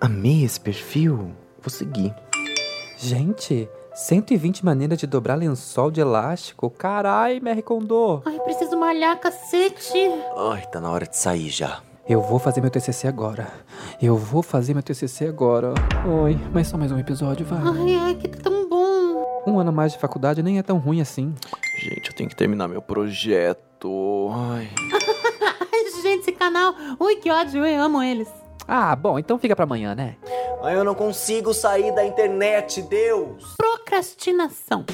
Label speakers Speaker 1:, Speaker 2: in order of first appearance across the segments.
Speaker 1: Amei esse perfil. Vou seguir.
Speaker 2: Gente, 120 maneiras de dobrar lençol de elástico. Carai, Mary Condor.
Speaker 3: Ai, preciso malhar, cacete.
Speaker 1: Ai, tá na hora de sair já.
Speaker 2: Eu vou fazer meu TCC agora. Eu vou fazer meu TCC agora. Oi, mas só mais um episódio, vai.
Speaker 3: Ai, ai, que tá tão bom.
Speaker 2: Um ano a mais de faculdade nem é tão ruim assim.
Speaker 1: Gente, eu tenho que terminar meu projeto. Ai.
Speaker 3: Ai, gente, esse canal. Ui, que ódio, eu amo eles.
Speaker 2: Ah, bom, então fica pra amanhã, né?
Speaker 4: Ai, eu não consigo sair da internet, Deus!
Speaker 3: Procrastinação.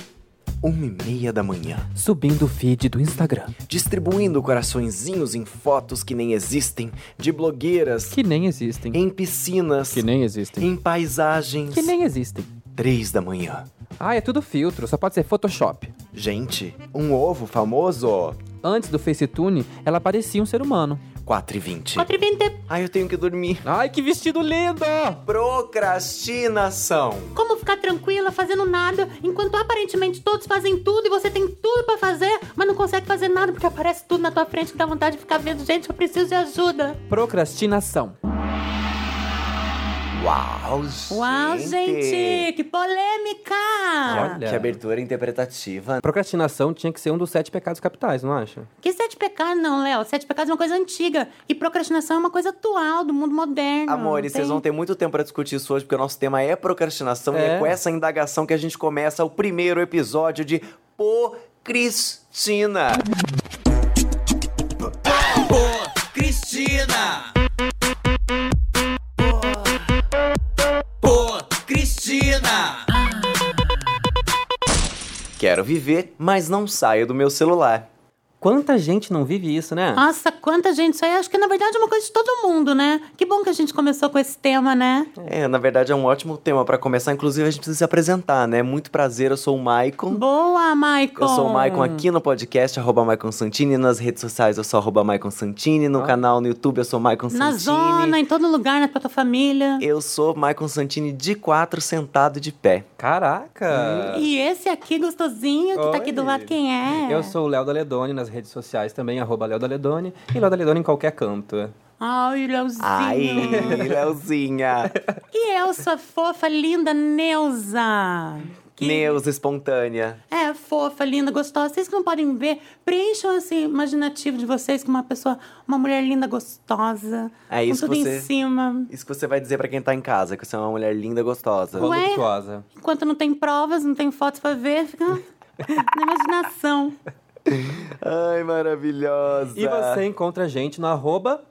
Speaker 1: Uma e meia da manhã.
Speaker 2: Subindo o feed do Instagram.
Speaker 1: Distribuindo coraçõezinhos em fotos que nem existem, de blogueiras,
Speaker 2: Que nem existem.
Speaker 1: em piscinas,
Speaker 2: Que nem existem.
Speaker 1: em paisagens.
Speaker 2: Que nem existem.
Speaker 1: Três da manhã.
Speaker 2: Ah, é tudo filtro, só pode ser Photoshop.
Speaker 1: Gente, um ovo famoso.
Speaker 2: Antes do FaceTune, ela parecia um ser humano.
Speaker 1: Quatro e vinte.
Speaker 3: 4 e é 20.
Speaker 1: Ai, eu tenho que dormir.
Speaker 2: Ai, que vestido lindo!
Speaker 1: Procrastinação.
Speaker 3: Como ficar tranquila fazendo nada, enquanto aparentemente todos fazem tudo e você tem tudo pra fazer, mas não consegue fazer nada porque aparece tudo na tua frente que dá vontade de ficar vendo. Gente, eu preciso de ajuda.
Speaker 2: Procrastinação.
Speaker 1: Uau,
Speaker 3: Uau, gente, que polêmica!
Speaker 4: Que abertura interpretativa. né?
Speaker 2: Procrastinação tinha que ser um dos sete pecados capitais, não acha?
Speaker 3: Que sete pecados não, Léo. Sete pecados é uma coisa antiga. E procrastinação é uma coisa atual, do mundo moderno.
Speaker 4: Amores,
Speaker 3: Tem-
Speaker 4: vocês vão ter muito tempo pra discutir isso hoje, porque o nosso tema é procrastinação e
Speaker 2: É.
Speaker 4: é com essa indagação que a gente começa o primeiro episódio de Pô Cristina.
Speaker 5: Cristina. Pô, Cristina.
Speaker 4: Quero viver, mas não saio do meu celular.
Speaker 2: Quanta gente não vive isso, né?
Speaker 3: Nossa, quanta gente. Isso aí acho que na verdade é uma coisa de todo mundo, né? Que bom que a gente começou com esse tema, né?
Speaker 4: É, na verdade é um ótimo tema pra começar. Inclusive, a gente precisa se apresentar, né? Muito prazer, eu sou o Maicon.
Speaker 3: Boa, Maicon!
Speaker 4: Eu sou o Maicon aqui no podcast, arroba Maicon Santini. Nas redes sociais eu sou arroba Maicon Santini. No canal no YouTube eu sou Maicon
Speaker 3: Na
Speaker 4: Santini.
Speaker 3: zona, em todo lugar, na pra tua família.
Speaker 4: Eu sou Maicon Santini de quatro, sentado de pé.
Speaker 2: Caraca!
Speaker 4: É.
Speaker 3: E esse aqui, gostosinho, que tá aqui do
Speaker 2: Oi.
Speaker 3: lado, quem é?
Speaker 2: Eu sou o Léo Daledoni nas redes sociais também, arroba Léo Daledoni. E Léo Daledoni em qualquer canto.
Speaker 3: Ai, Leozinho.
Speaker 4: Ai, Leozinha.
Speaker 3: E eu sou a fofa, linda Neuza. Que
Speaker 4: Neus espontânea.
Speaker 3: É, fofa, linda, gostosa. Vocês que não podem ver, preencham esse imaginativo de vocês com uma pessoa, uma mulher linda, gostosa.
Speaker 4: É isso
Speaker 3: com
Speaker 4: que
Speaker 3: tudo
Speaker 4: você-
Speaker 3: em cima.
Speaker 4: Isso que você vai dizer pra quem tá em casa, que você é uma mulher linda, gostosa.
Speaker 3: Ué?
Speaker 2: Voluptuosa.
Speaker 3: Enquanto não tem provas, não tem fotos pra ver, fica na imaginação.
Speaker 4: Ai, maravilhosa.
Speaker 2: E você encontra a gente no arroba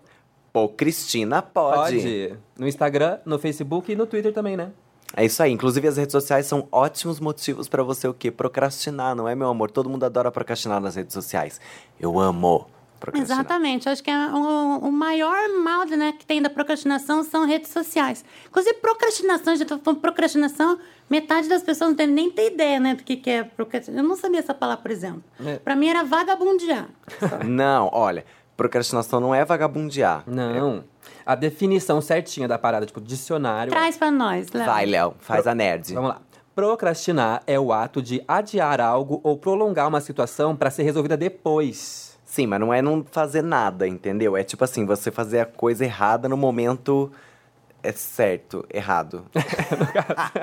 Speaker 4: Pô, Cristina pode.
Speaker 2: pode. No Instagram, no Facebook e no Twitter também, né?
Speaker 4: É isso aí. Inclusive, as redes sociais são ótimos motivos pra você o quê? Procrastinar, não é, meu amor? Todo mundo adora procrastinar nas redes sociais. Eu amo procrastinar.
Speaker 3: Exatamente. Acho que é o, o maior mal né, que tem da procrastinação são redes sociais. Inclusive, procrastinação, já tô falando procrastinação, metade das pessoas não tem nem ter ideia né, do que, que é procrastinação. Eu não sabia essa palavra, por exemplo.
Speaker 2: É.
Speaker 3: Pra mim era vagabundear.
Speaker 4: Não, olha, procrastinação não é vagabundear.
Speaker 2: Não. A definição certinha da parada, tipo, dicionário.
Speaker 3: Traz pra nós, Léo.
Speaker 4: Vai, Léo, faz a nerd.
Speaker 2: Vamos lá. Procrastinar é o ato de adiar algo ou prolongar uma situação pra ser resolvida depois.
Speaker 4: Sim, mas não é não fazer nada, entendeu? É tipo assim, você fazer a coisa errada no momento é certo, errado.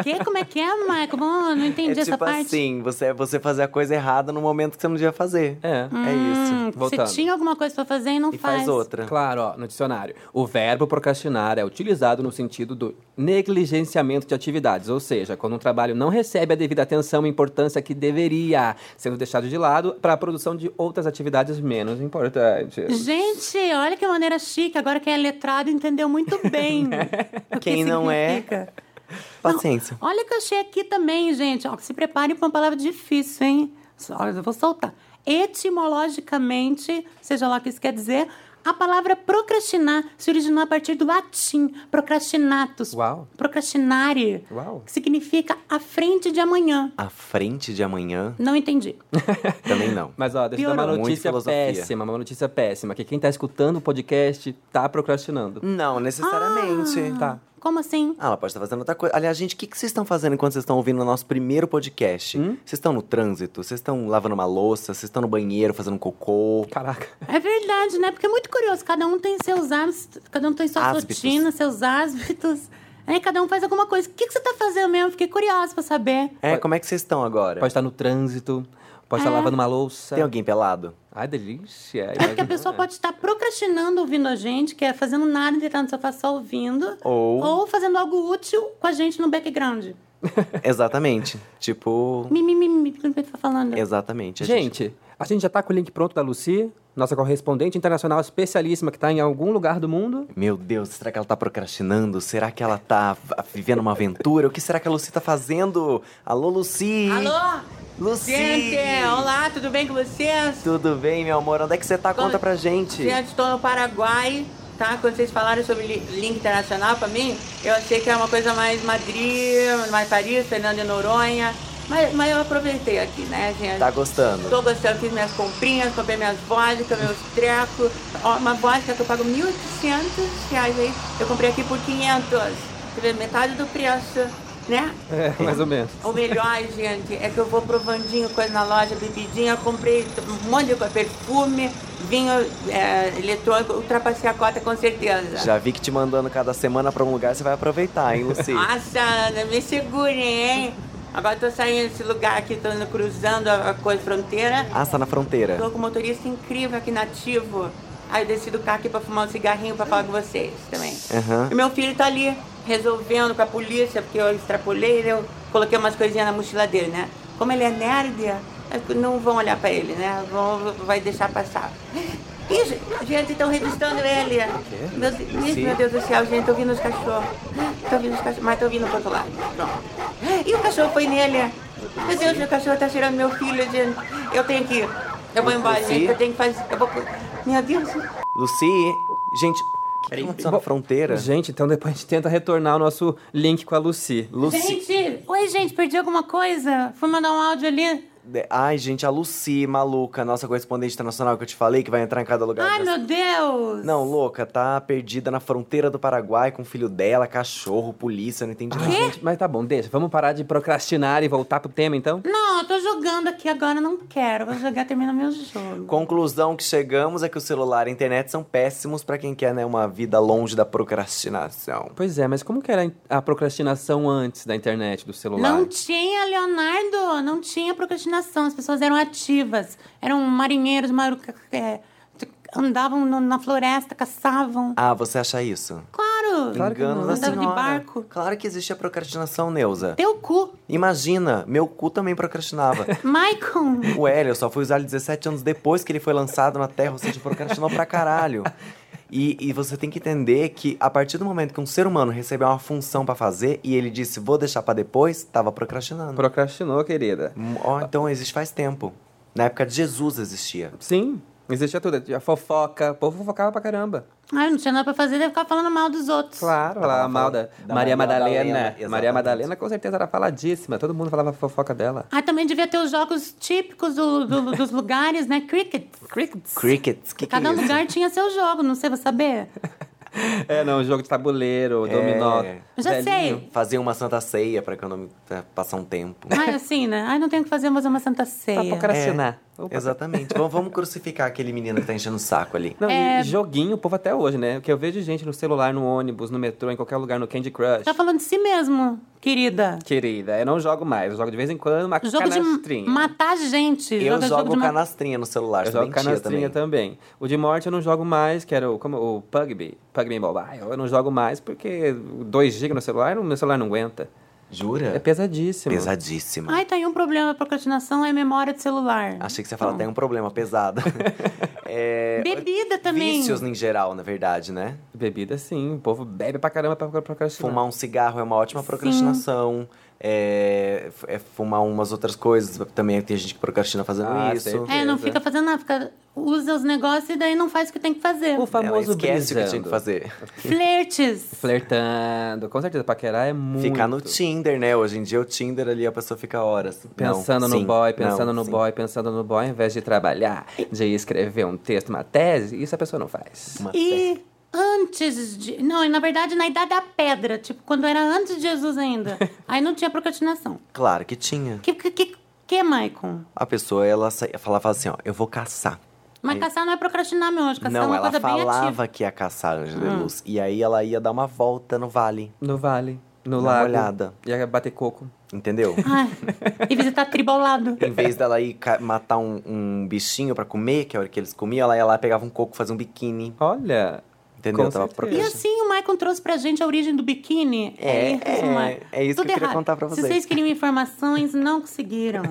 Speaker 3: Que? Como é que é, Michael? Bom, eu não
Speaker 4: é
Speaker 3: entendi
Speaker 4: tipo
Speaker 3: essa parte.
Speaker 4: assim, você, você fazer a coisa errada no momento que você não devia fazer.
Speaker 2: É.
Speaker 4: É isso.
Speaker 3: Hum,
Speaker 2: Voltando.
Speaker 3: Você tinha alguma coisa pra fazer e não
Speaker 4: E faz, outra.
Speaker 2: Claro, ó, no dicionário. O verbo procrastinar é utilizado no sentido do negligenciamento de atividades, ou seja, quando um trabalho não recebe a devida atenção e importância que deveria, sendo deixado de lado para a produção de outras atividades menos importantes.
Speaker 3: Gente, olha que maneira chique. Agora quem é letrado entendeu muito bem. o que
Speaker 4: Quem não é,
Speaker 3: significa.
Speaker 4: Paciência.
Speaker 3: Olha o que eu achei aqui também, gente. Ó, se preparem pra uma palavra difícil, hein? Só- Olha, eu vou soltar. Etimologicamente, seja lá o que isso quer dizer, a palavra procrastinar se originou a partir do latim procrastinatus.
Speaker 2: Uau.
Speaker 3: Procrastinare.
Speaker 2: Uau.
Speaker 3: Que significa à frente de amanhã.
Speaker 4: À frente de amanhã,
Speaker 3: Não entendi.
Speaker 4: também não.
Speaker 2: Mas ó, deixa eu
Speaker 4: Piorou.
Speaker 2: dar uma
Speaker 4: Muito
Speaker 2: notícia
Speaker 4: filosofia.
Speaker 2: péssima, uma notícia péssima, que quem tá escutando o podcast tá procrastinando.
Speaker 4: Não, necessariamente.
Speaker 2: Tá.
Speaker 3: Como assim?
Speaker 4: Ah, ela pode estar fazendo outra coisa. Aliás, gente, o que, que vocês estão fazendo enquanto vocês estão ouvindo o nosso primeiro podcast?
Speaker 2: Hum?
Speaker 4: Vocês estão no trânsito? Vocês estão lavando uma louça? Vocês estão no banheiro fazendo cocô?
Speaker 2: Caraca.
Speaker 3: É verdade, né? Porque é muito curioso. Cada um tem seus hábitos, cada um tem suas
Speaker 4: Hábitos.
Speaker 3: rotinas, seus hábitos. Aí cada um faz alguma coisa. O que, que você tá fazendo mesmo? Fiquei curiosa pra saber.
Speaker 4: É, como é que vocês estão agora?
Speaker 2: Pode estar no trânsito, pode estar
Speaker 3: É.
Speaker 2: lavando uma louça.
Speaker 4: Tem alguém pelado?
Speaker 2: Ai, delícia.
Speaker 3: É porque a pessoa pode estar procrastinando ouvindo a gente, que é fazendo nada, deitado no sofá só ouvindo.
Speaker 4: Ou-
Speaker 3: fazendo algo útil com a gente no background.
Speaker 4: Exatamente. Tipo.
Speaker 3: Mimimi, o que tá falando?
Speaker 4: Exatamente. a
Speaker 2: Gente, a gente já tá com o link pronto da Lucy, nossa correspondente internacional especialíssima que tá em algum lugar do mundo.
Speaker 4: Meu Deus, será que ela tá procrastinando? Será que ela tá v- vivendo uma aventura? O que será que a Lucy tá fazendo? Alô, Lucy!
Speaker 6: Alô?
Speaker 4: Lucy!
Speaker 6: Gente, é olá, tudo bem com vocês?
Speaker 4: Tudo bem, meu amor? Onde é que você tá? Conta
Speaker 6: Como-
Speaker 4: pra gente.
Speaker 6: Gente, estou no Paraguai, tá? Quando vocês falaram sobre li- língua internacional pra mim, eu achei que era uma coisa mais Madrid, mais Paris, Fernando de Noronha. Mas, mas eu aproveitei aqui, né, gente?
Speaker 4: Tá gostando?
Speaker 6: Tô gostando, fiz minhas comprinhas, comprei minhas vodka, meus trecos. Ó, Uma vodka que eu pago 1.800 reais aí, eu comprei aqui por 500. Quer dizer, Metade do preço, né?
Speaker 2: É, mais ou menos.
Speaker 6: O melhor, gente, é que eu vou provandinho coisa na loja, bebidinha, comprei um monte de coisa, perfume, vinho é, eletrônico, ultrapassei a cota com certeza.
Speaker 4: Já vi que te mandando cada semana pra um lugar, você vai aproveitar, hein, Lucy?
Speaker 6: Nossa, Ana, me segurem, hein? Agora eu tô saindo desse lugar aqui, tô indo cruzando a, a coisa fronteira.
Speaker 4: Ah, você tá na fronteira.
Speaker 6: Tô com um motorista incrível aqui nativo. Aí eu desci do carro aqui pra fumar um cigarrinho pra falar com vocês também.
Speaker 4: Aham.
Speaker 6: E meu filho tá ali, resolvendo com a polícia, porque eu extrapolei, né? eu coloquei umas coisinhas na mochila dele, né? Como ele é nerd, é, não vão olhar pra ele, né? Vão, vai deixar passar. Ih, gente, gente, estão revistando ele. Meu, Deus- Ih, meu Deus do céu, gente, tô ouvindo os cachorros. Tô ouvindo os cachorros, mas tô ouvindo pro outro lado. Pronto. E o cachorro foi nele. Meu Deus, meu cachorro tá cheirando meu filho, gente. Eu tenho que ir. Eu vou embora,
Speaker 4: Lucy?
Speaker 6: gente, eu tenho que fazer... Eu vou... Meu Deus.
Speaker 4: Lucy, gente, o que tá acontecendo na fronteira?
Speaker 2: Gente, então depois a gente tenta retornar o nosso link com a Lucy.
Speaker 4: Lucy.
Speaker 3: Gente, oi, gente, perdi alguma coisa? Fui mandar um áudio ali.
Speaker 4: De- Ai, gente, a Lucy, maluca, nossa correspondente internacional que eu te falei, que vai entrar em cada lugar.
Speaker 3: Ai, meu Deus!
Speaker 4: Não, louca, tá perdida na fronteira do Paraguai com o filho dela, cachorro, polícia, não entendi
Speaker 2: Ah,
Speaker 4: nada.
Speaker 2: gente, mas tá bom, deixa. Vamos parar de procrastinar e voltar pro tema, então?
Speaker 3: Não, eu tô jogando aqui agora, não quero. Vou jogar, termina meu jogo.
Speaker 4: Conclusão que chegamos é que o celular e a internet são péssimos pra quem quer né, uma vida longe da procrastinação.
Speaker 2: Pois é, mas como que era a procrastinação antes da internet, do celular?
Speaker 3: Não tinha, Leonardo, não tinha procrastinação. As pessoas eram ativas, eram marinheiros, maru... é, andavam no- na floresta, caçavam.
Speaker 4: Ah, você acha isso?
Speaker 3: Claro!
Speaker 2: Claro que
Speaker 4: Engano
Speaker 2: não.
Speaker 4: da
Speaker 3: Andava de
Speaker 4: senhora.
Speaker 3: barco.
Speaker 4: Claro que existe a procrastinação, Neuza.
Speaker 3: Teu cu,
Speaker 4: Imagina, meu cu também procrastinava.
Speaker 3: Maicon!
Speaker 4: O Hélio só foi usar ele 17 anos depois que ele foi lançado na Terra, ou seja, procrastinou pra caralho. E, e você tem que entender que a partir do momento que um ser humano recebeu uma função pra fazer e ele disse, vou deixar pra depois, tava procrastinando.
Speaker 2: Procrastinou, querida.
Speaker 4: Hum, ó, então existe faz tempo. Na época de Jesus existia.
Speaker 2: Sim, existia tudo. A fofoca, o povo fofocava pra caramba.
Speaker 3: Ai, não tinha nada pra fazer, deve ficar falando mal dos outros.
Speaker 2: Claro, lá a mal da,
Speaker 4: da Maria
Speaker 2: Maria Madalena.
Speaker 4: Madalena, exatamente.
Speaker 2: Maria Madalena com certeza era faladíssima. Todo mundo falava fofoca dela.
Speaker 3: Ai, também devia ter os jogos típicos do- do- dos lugares, né? Cricket. Crickets.
Speaker 4: Crickets, que
Speaker 3: Cada
Speaker 4: que é isso?
Speaker 3: lugar tinha seu jogo, não sei, vou saber.
Speaker 2: É, não, jogo de
Speaker 4: É.
Speaker 2: tabuleiro, dominó.
Speaker 3: Eu já
Speaker 2: velhinho.
Speaker 3: sei.
Speaker 4: Fazia uma santa ceia pra que eu não me- pra passar um tempo.
Speaker 3: Ai, assim, né? Ai, não tenho o que fazer, vou fazer uma santa ceia.
Speaker 2: Pra
Speaker 4: Tá É, né?
Speaker 2: procrastinar. É, Opa.
Speaker 4: Exatamente. vamos, vamos crucificar aquele menino que tá enchendo o saco ali.
Speaker 2: Não,
Speaker 3: É.
Speaker 2: e joguinho, o povo até hoje, né? Que eu vejo gente no celular, no ônibus, no metrô, em qualquer lugar, no Candy Crush.
Speaker 3: Tá falando de si mesmo, querida.
Speaker 2: Querida, eu não jogo mais. Eu jogo de vez em quando uma
Speaker 3: Jogo
Speaker 2: canastrinha.
Speaker 3: de matar gente.
Speaker 4: Eu
Speaker 3: jogo,
Speaker 4: jogo
Speaker 3: de ma-
Speaker 4: canastrinha no celular, sou
Speaker 2: Eu tá jogo
Speaker 4: bem tia
Speaker 2: canastrinha também. O de morte eu não jogo mais, que era o, como, o Pugby, Pugby Mobile. Eu não jogo mais porque 2 GB no celular, o meu celular não aguenta. É
Speaker 4: Jura?
Speaker 2: pesadíssimo.
Speaker 4: Pesadíssima.
Speaker 3: Ai, tem um problema, a procrastinação é memória de celular.
Speaker 4: Achei que você ia falar, tem um problema pesado. É,
Speaker 3: Bebida também.
Speaker 4: Vícios né, em geral, na verdade, né?
Speaker 2: Bebida, sim. O povo bebe pra caramba pra pra procrastinar.
Speaker 4: Fumar um cigarro é uma ótima procrastinação. É, f- é fumar umas outras coisas. Também tem gente que procrastina fazendo
Speaker 2: Ah,
Speaker 4: isso.
Speaker 2: sei.
Speaker 3: É, não
Speaker 2: Beleza.
Speaker 3: fica fazendo nada, fica... usa os negócios e daí não faz o que tem que
Speaker 2: O
Speaker 3: fazer.
Speaker 4: um- Ela
Speaker 2: famoso
Speaker 4: esquece o que tinha
Speaker 2: brisando.
Speaker 4: que fazer.
Speaker 3: Flertes.
Speaker 2: Flertando. Com certeza, paquerar é muito.
Speaker 4: Ficar no Tinder, né? Hoje em dia o Tinder ali a pessoa fica horas. Não,
Speaker 2: Pensando no
Speaker 4: sim,
Speaker 2: boy, pensando
Speaker 4: não,
Speaker 2: no
Speaker 4: sim.
Speaker 2: boy, pensando no boy, ao invés de trabalhar, de escrever um texto, uma tese, isso a pessoa não faz.
Speaker 4: Uma fé.
Speaker 3: E antes de. Não, e na verdade na Idade da Pedra, tipo, quando era antes de Jesus ainda. aí não tinha procrastinação.
Speaker 4: Claro que tinha.
Speaker 3: Que, que, que, que Maicon?
Speaker 4: A pessoa, ela sa- falava assim, ó, eu vou caçar.
Speaker 3: Mas caçar não é procrastinar, meu anjo. Caçar é
Speaker 4: não,
Speaker 3: uma
Speaker 4: ela
Speaker 3: coisa bem ativa. Hum.
Speaker 4: falava que ia caçar anjo de luz. E aí ela ia dar uma volta no vale,
Speaker 2: No vale, no
Speaker 4: Dá uma
Speaker 2: lago.
Speaker 4: olhada.
Speaker 2: Ia bater coco.
Speaker 4: entendeu?
Speaker 3: Ai, e visitar tribolado.
Speaker 4: em vez dela ir ca- matar um, um bichinho pra comer, que é a hora que eles comiam, ela ia lá, pegava um coco, fazia um biquíni.
Speaker 2: Olha.
Speaker 4: Entendeu?
Speaker 2: Com
Speaker 4: Tava
Speaker 2: certeza.
Speaker 3: E
Speaker 4: procrastinando.
Speaker 3: assim o Maicon trouxe pra gente a origem do biquíni.
Speaker 4: É, é,
Speaker 3: Maicon.
Speaker 4: é isso que eu
Speaker 3: Tudo
Speaker 4: queria
Speaker 3: errado.
Speaker 4: contar pra
Speaker 3: Se
Speaker 4: vocês.
Speaker 3: vocês queriam informações, não conseguiram.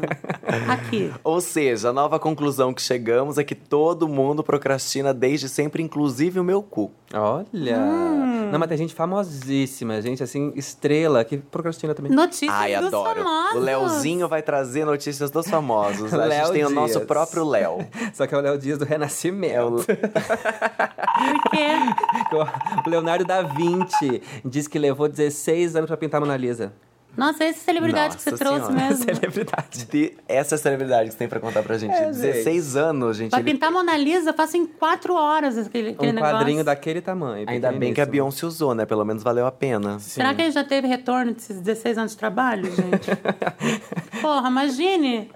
Speaker 3: Aqui.
Speaker 4: Ou seja, a nova conclusão que chegamos é que todo mundo procrastina desde sempre, inclusive o meu cu.
Speaker 2: Olha. Não, mas tem gente famosíssima, gente assim, estrela, que procrastina também.
Speaker 3: Notícias
Speaker 4: Ai,
Speaker 3: dos
Speaker 4: adoro.
Speaker 3: famosos.
Speaker 4: O Léozinho vai trazer notícias dos famosos. A
Speaker 2: Léo
Speaker 4: gente tem o nosso
Speaker 2: Dias.
Speaker 4: próprio Léo.
Speaker 2: Só que é o Léo Dias do
Speaker 4: É o-
Speaker 2: Renascimento.
Speaker 3: Porque
Speaker 2: O Leonardo da Vinci diz que levou 16 anos pra pintar a Mona Lisa.
Speaker 3: Nossa, essa celebridade que você
Speaker 4: Nossa
Speaker 3: trouxe
Speaker 4: Senhora.
Speaker 2: Hum.
Speaker 3: mesmo.
Speaker 2: Celebridade.
Speaker 4: de- essa é celebridade que você tem pra contar pra gente.
Speaker 2: É, gente.
Speaker 4: 16 anos, gente.
Speaker 3: Pra
Speaker 4: ele-
Speaker 3: pintar Mona Lisa, eu faço em quatro horas aquele, aquele
Speaker 2: Um
Speaker 3: negócio.
Speaker 2: quadrinho daquele tamanho.
Speaker 4: Ainda bem que a Beyoncé usou, né? Pelo menos valeu a pena.
Speaker 3: Será que ele já teve retorno desses 16 anos de trabalho, gente? Porra, imagine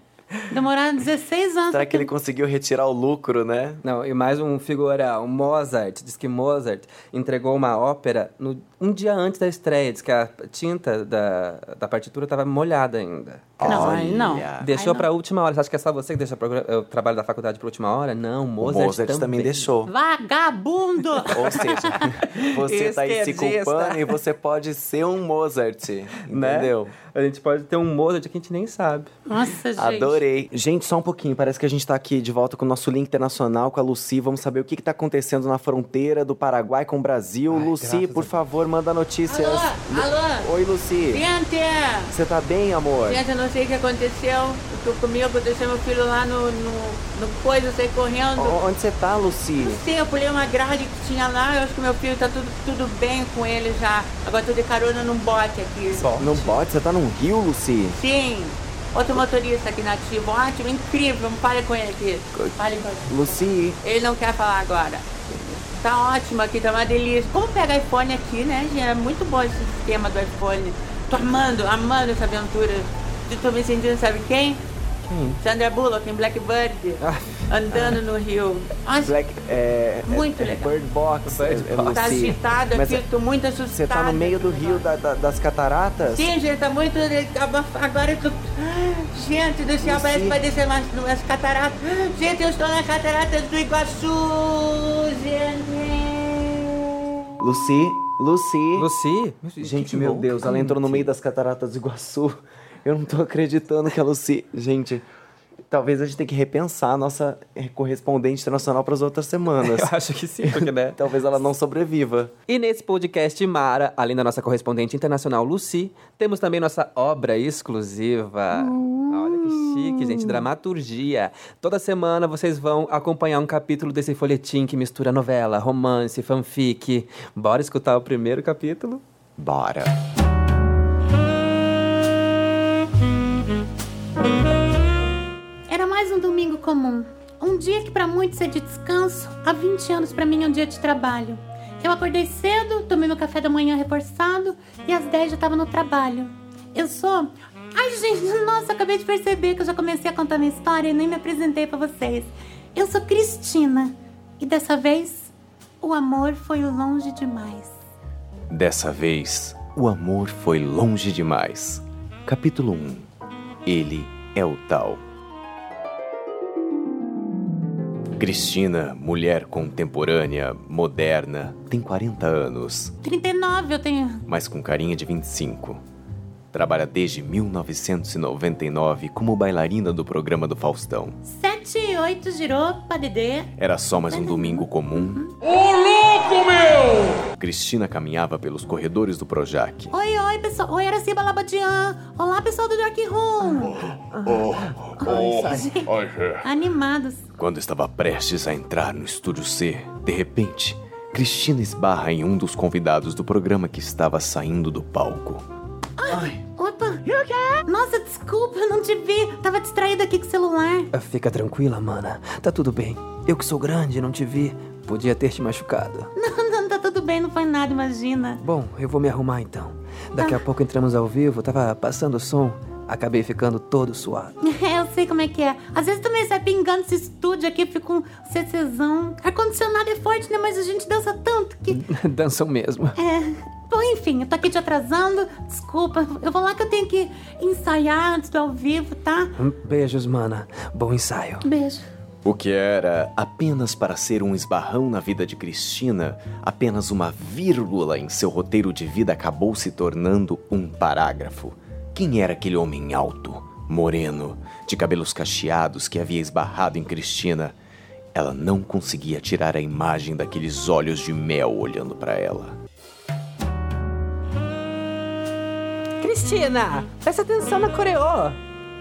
Speaker 3: demorar 16 anos.
Speaker 4: Será que ele conseguiu retirar o lucro, né?
Speaker 2: Não, e mais um figurão, Mozart. Diz que Mozart entregou uma ópera no- um dia antes da estreia. Diz que a tinta da, da partitura estava molhada ainda.
Speaker 4: Ah.
Speaker 3: Não, aí não.
Speaker 4: Olha.
Speaker 2: Deixou
Speaker 3: Ai, não.
Speaker 2: pra última hora. Você acha que é só você que deixa progra- eh, o trabalho da faculdade pra última hora? Não,
Speaker 4: O
Speaker 2: Mozart,
Speaker 4: Mozart, também deixou.
Speaker 3: Vagabundo!
Speaker 4: Ou seja, você tá aí se
Speaker 2: Esquerdista.
Speaker 4: culpando e você pode ser um Mozart,
Speaker 2: Né?
Speaker 4: entendeu?
Speaker 2: A gente pode ter um Mozart que a gente nem sabe.
Speaker 3: Nossa, gente.
Speaker 4: Adorei. Gente, só um pouquinho. Parece que a gente tá aqui de volta com o nosso link internacional com a Lucy. Vamos saber o que, que tá acontecendo na fronteira do Paraguai com o Brasil.
Speaker 2: Ai,
Speaker 4: Lucy,
Speaker 2: graças
Speaker 4: por
Speaker 2: a
Speaker 4: favor, manda notícias.
Speaker 6: Alô, alô,
Speaker 4: Oi, Lucy.
Speaker 6: gente!
Speaker 4: Você tá bem, amor?
Speaker 6: Gente, eu não sei o que aconteceu. Eu tô comigo, eu deixei meu filho lá no, no, no coisa, eu saí correndo.
Speaker 4: O- Onde você tá, Lucy?
Speaker 6: Não sei, eu pulei uma grade que tinha lá, eu acho que meu filho tá tudo, tudo bem com ele já. Agora tô de carona num bote aqui.
Speaker 4: Não pode? Você tá num rio, Lucy?
Speaker 6: Sim. Outro motorista aqui nativo, ótimo, incrível, fale com ele aqui. Fale com ele.
Speaker 4: Lucy,
Speaker 6: Ele não quer falar agora. Tá ótimo aqui, tá uma delícia. Como pega iPhone aqui, né, gente? É muito bom esse sistema do iPhone. Tô amando, amando essa aventura. Eu tô me sentindo, sabe quem? Sandra Bullock em Blackbird.
Speaker 4: Ah.
Speaker 6: Andando no rio. Nossa,
Speaker 4: Black. É, é-
Speaker 6: Muito
Speaker 4: é
Speaker 6: legal.
Speaker 4: Bird Box.
Speaker 2: Bird
Speaker 4: é- é
Speaker 2: Box.
Speaker 6: Tá
Speaker 4: Lucy.
Speaker 6: agitado
Speaker 4: Mas é-
Speaker 6: aqui, tô muito assustada.
Speaker 4: Você tá no meio do rio da- da- das cataratas?
Speaker 6: Sim, gente, tá muito. Agora eu tô. Gente do céu, parece que vai descer mais umas cataratas. Gente, eu estou nas cataratas do Iguaçu, gente.
Speaker 4: Lucy, Lucy.
Speaker 2: Lucy?
Speaker 4: Gente,
Speaker 2: que
Speaker 4: meu
Speaker 2: louca,
Speaker 4: Deus, ela entrou no
Speaker 2: gente.
Speaker 4: meio das cataratas do Iguaçu. Eu não tô acreditando que a Lucy. Gente, talvez a gente tenha que repensar a nossa correspondente internacional para as outras semanas.
Speaker 2: Eu acho que sim, porque, né?
Speaker 4: talvez ela não sobreviva.
Speaker 2: E nesse podcast Mara, além da nossa correspondente internacional Lucy, temos também nossa obra exclusiva. Olha que chique, gente, dramaturgia. Toda semana vocês vão acompanhar um capítulo desse folhetim que mistura novela, romance, fanfic. Bora escutar o primeiro capítulo?
Speaker 4: Bora.
Speaker 3: Era mais um domingo comum. Um dia que pra muitos é de descanso, há 20 anos pra mim é um dia de trabalho. Eu acordei cedo, tomei meu café da manhã reforçado e às 10 já tava no trabalho. Eu sou. Ai, gente, nossa, acabei de perceber que eu já comecei a contar minha história e nem me apresentei pra vocês. Eu sou Cristina e dessa vez o amor foi longe demais.
Speaker 4: Dessa vez, o amor foi longe demais. Capítulo 1 Ele é o Tal. Cristina, mulher contemporânea, moderna, tem 40 anos.
Speaker 3: 39 eu tenho.
Speaker 4: mas com carinha de 25. Trabalha desde 1999 como bailarina do programa do Faustão.
Speaker 3: 7, 8, girou, padedê.
Speaker 4: Era só mais um domingo comum. Ô louco, meu! Cristina caminhava pelos corredores do Projac.
Speaker 3: Oi, oi, pessoal. Oi, Araciba Labadian. Olá, pessoal do Dark Room. Ai, Animados.
Speaker 4: Quando estava prestes a entrar no estúdio C, de repente, Cristina esbarra em um dos convidados do programa que estava saindo do palco.
Speaker 3: Opa. Nossa, desculpa, eu não te vi. Tava distraída aqui com o celular.
Speaker 2: Fica tranquila, mana. Tá tudo bem. Eu que sou grande, não te vi. Podia ter te machucado.
Speaker 3: Não, não, tá tudo bem, não foi nada, imagina.
Speaker 2: Bom, eu vou me arrumar então. Daqui a pouco entramos ao vivo, tava passando o som. Acabei ficando todo suado.
Speaker 3: É, eu sei como é que é. Às vezes também sai pingando esse estúdio aqui, fica um CCzão. Ar-condicionado é forte, né? Mas a gente dança tanto que.
Speaker 2: Dançam mesmo.
Speaker 3: É. Bom, enfim, eu tô aqui te atrasando. Desculpa, eu vou lá que eu tenho que ensaiar antes do ao vivo, tá?
Speaker 2: Beijos, mana. Bom ensaio.
Speaker 3: Beijo.
Speaker 1: O que era apenas para ser um esbarrão na vida de Cristina, apenas uma vírgula em seu roteiro de vida acabou se tornando um parágrafo. Quem era aquele homem alto, moreno, de cabelos cacheados que havia esbarrado em Cristina? Ela não conseguia tirar a imagem daqueles olhos de mel olhando para ela.
Speaker 2: Cristina, presta atenção na coreô.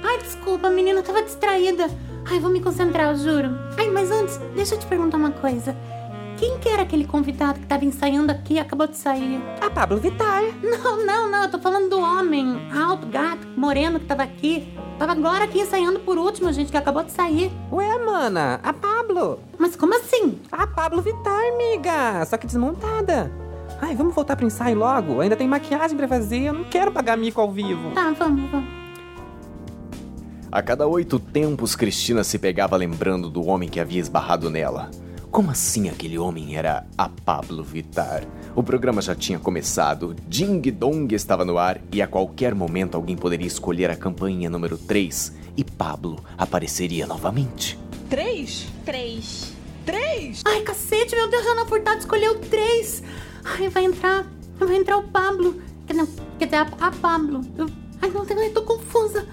Speaker 3: Ai, desculpa, menina, eu tava distraída. Ai, vou me concentrar, eu juro. Ai, mas antes, deixa eu te perguntar uma coisa. Quem que era aquele convidado que tava ensaiando aqui e acabou de sair?
Speaker 2: A Pablo Vittar.
Speaker 3: Não, não, não, eu tô falando do homem alto, gato, moreno que tava aqui. Tava agora aqui ensaiando por último, gente, que acabou de sair.
Speaker 2: Ué, mana, a Pablo.
Speaker 3: Mas como assim?
Speaker 2: A Pablo Vittar, amiga. Só que desmontada. Ai, vamos voltar pro ensaio logo? Ainda tem maquiagem pra fazer. Eu não quero pagar mico ao vivo.
Speaker 3: Tá, vamos, vamos.
Speaker 1: A cada oito tempos, Cristina se pegava lembrando do homem que havia esbarrado nela. Como assim aquele homem era a Pablo Vittar? O programa já tinha começado, Ding Dong estava no ar e a qualquer momento alguém poderia escolher a campainha número 3 e Pablo apareceria novamente.
Speaker 3: Ai, cacete, meu Deus, Ana Furtado escolheu três. Ai, vai entrar, vai entrar o Pablo. Quer não, quer dizer, a, a Pablo. Eu- ai, não, eu tô confusa.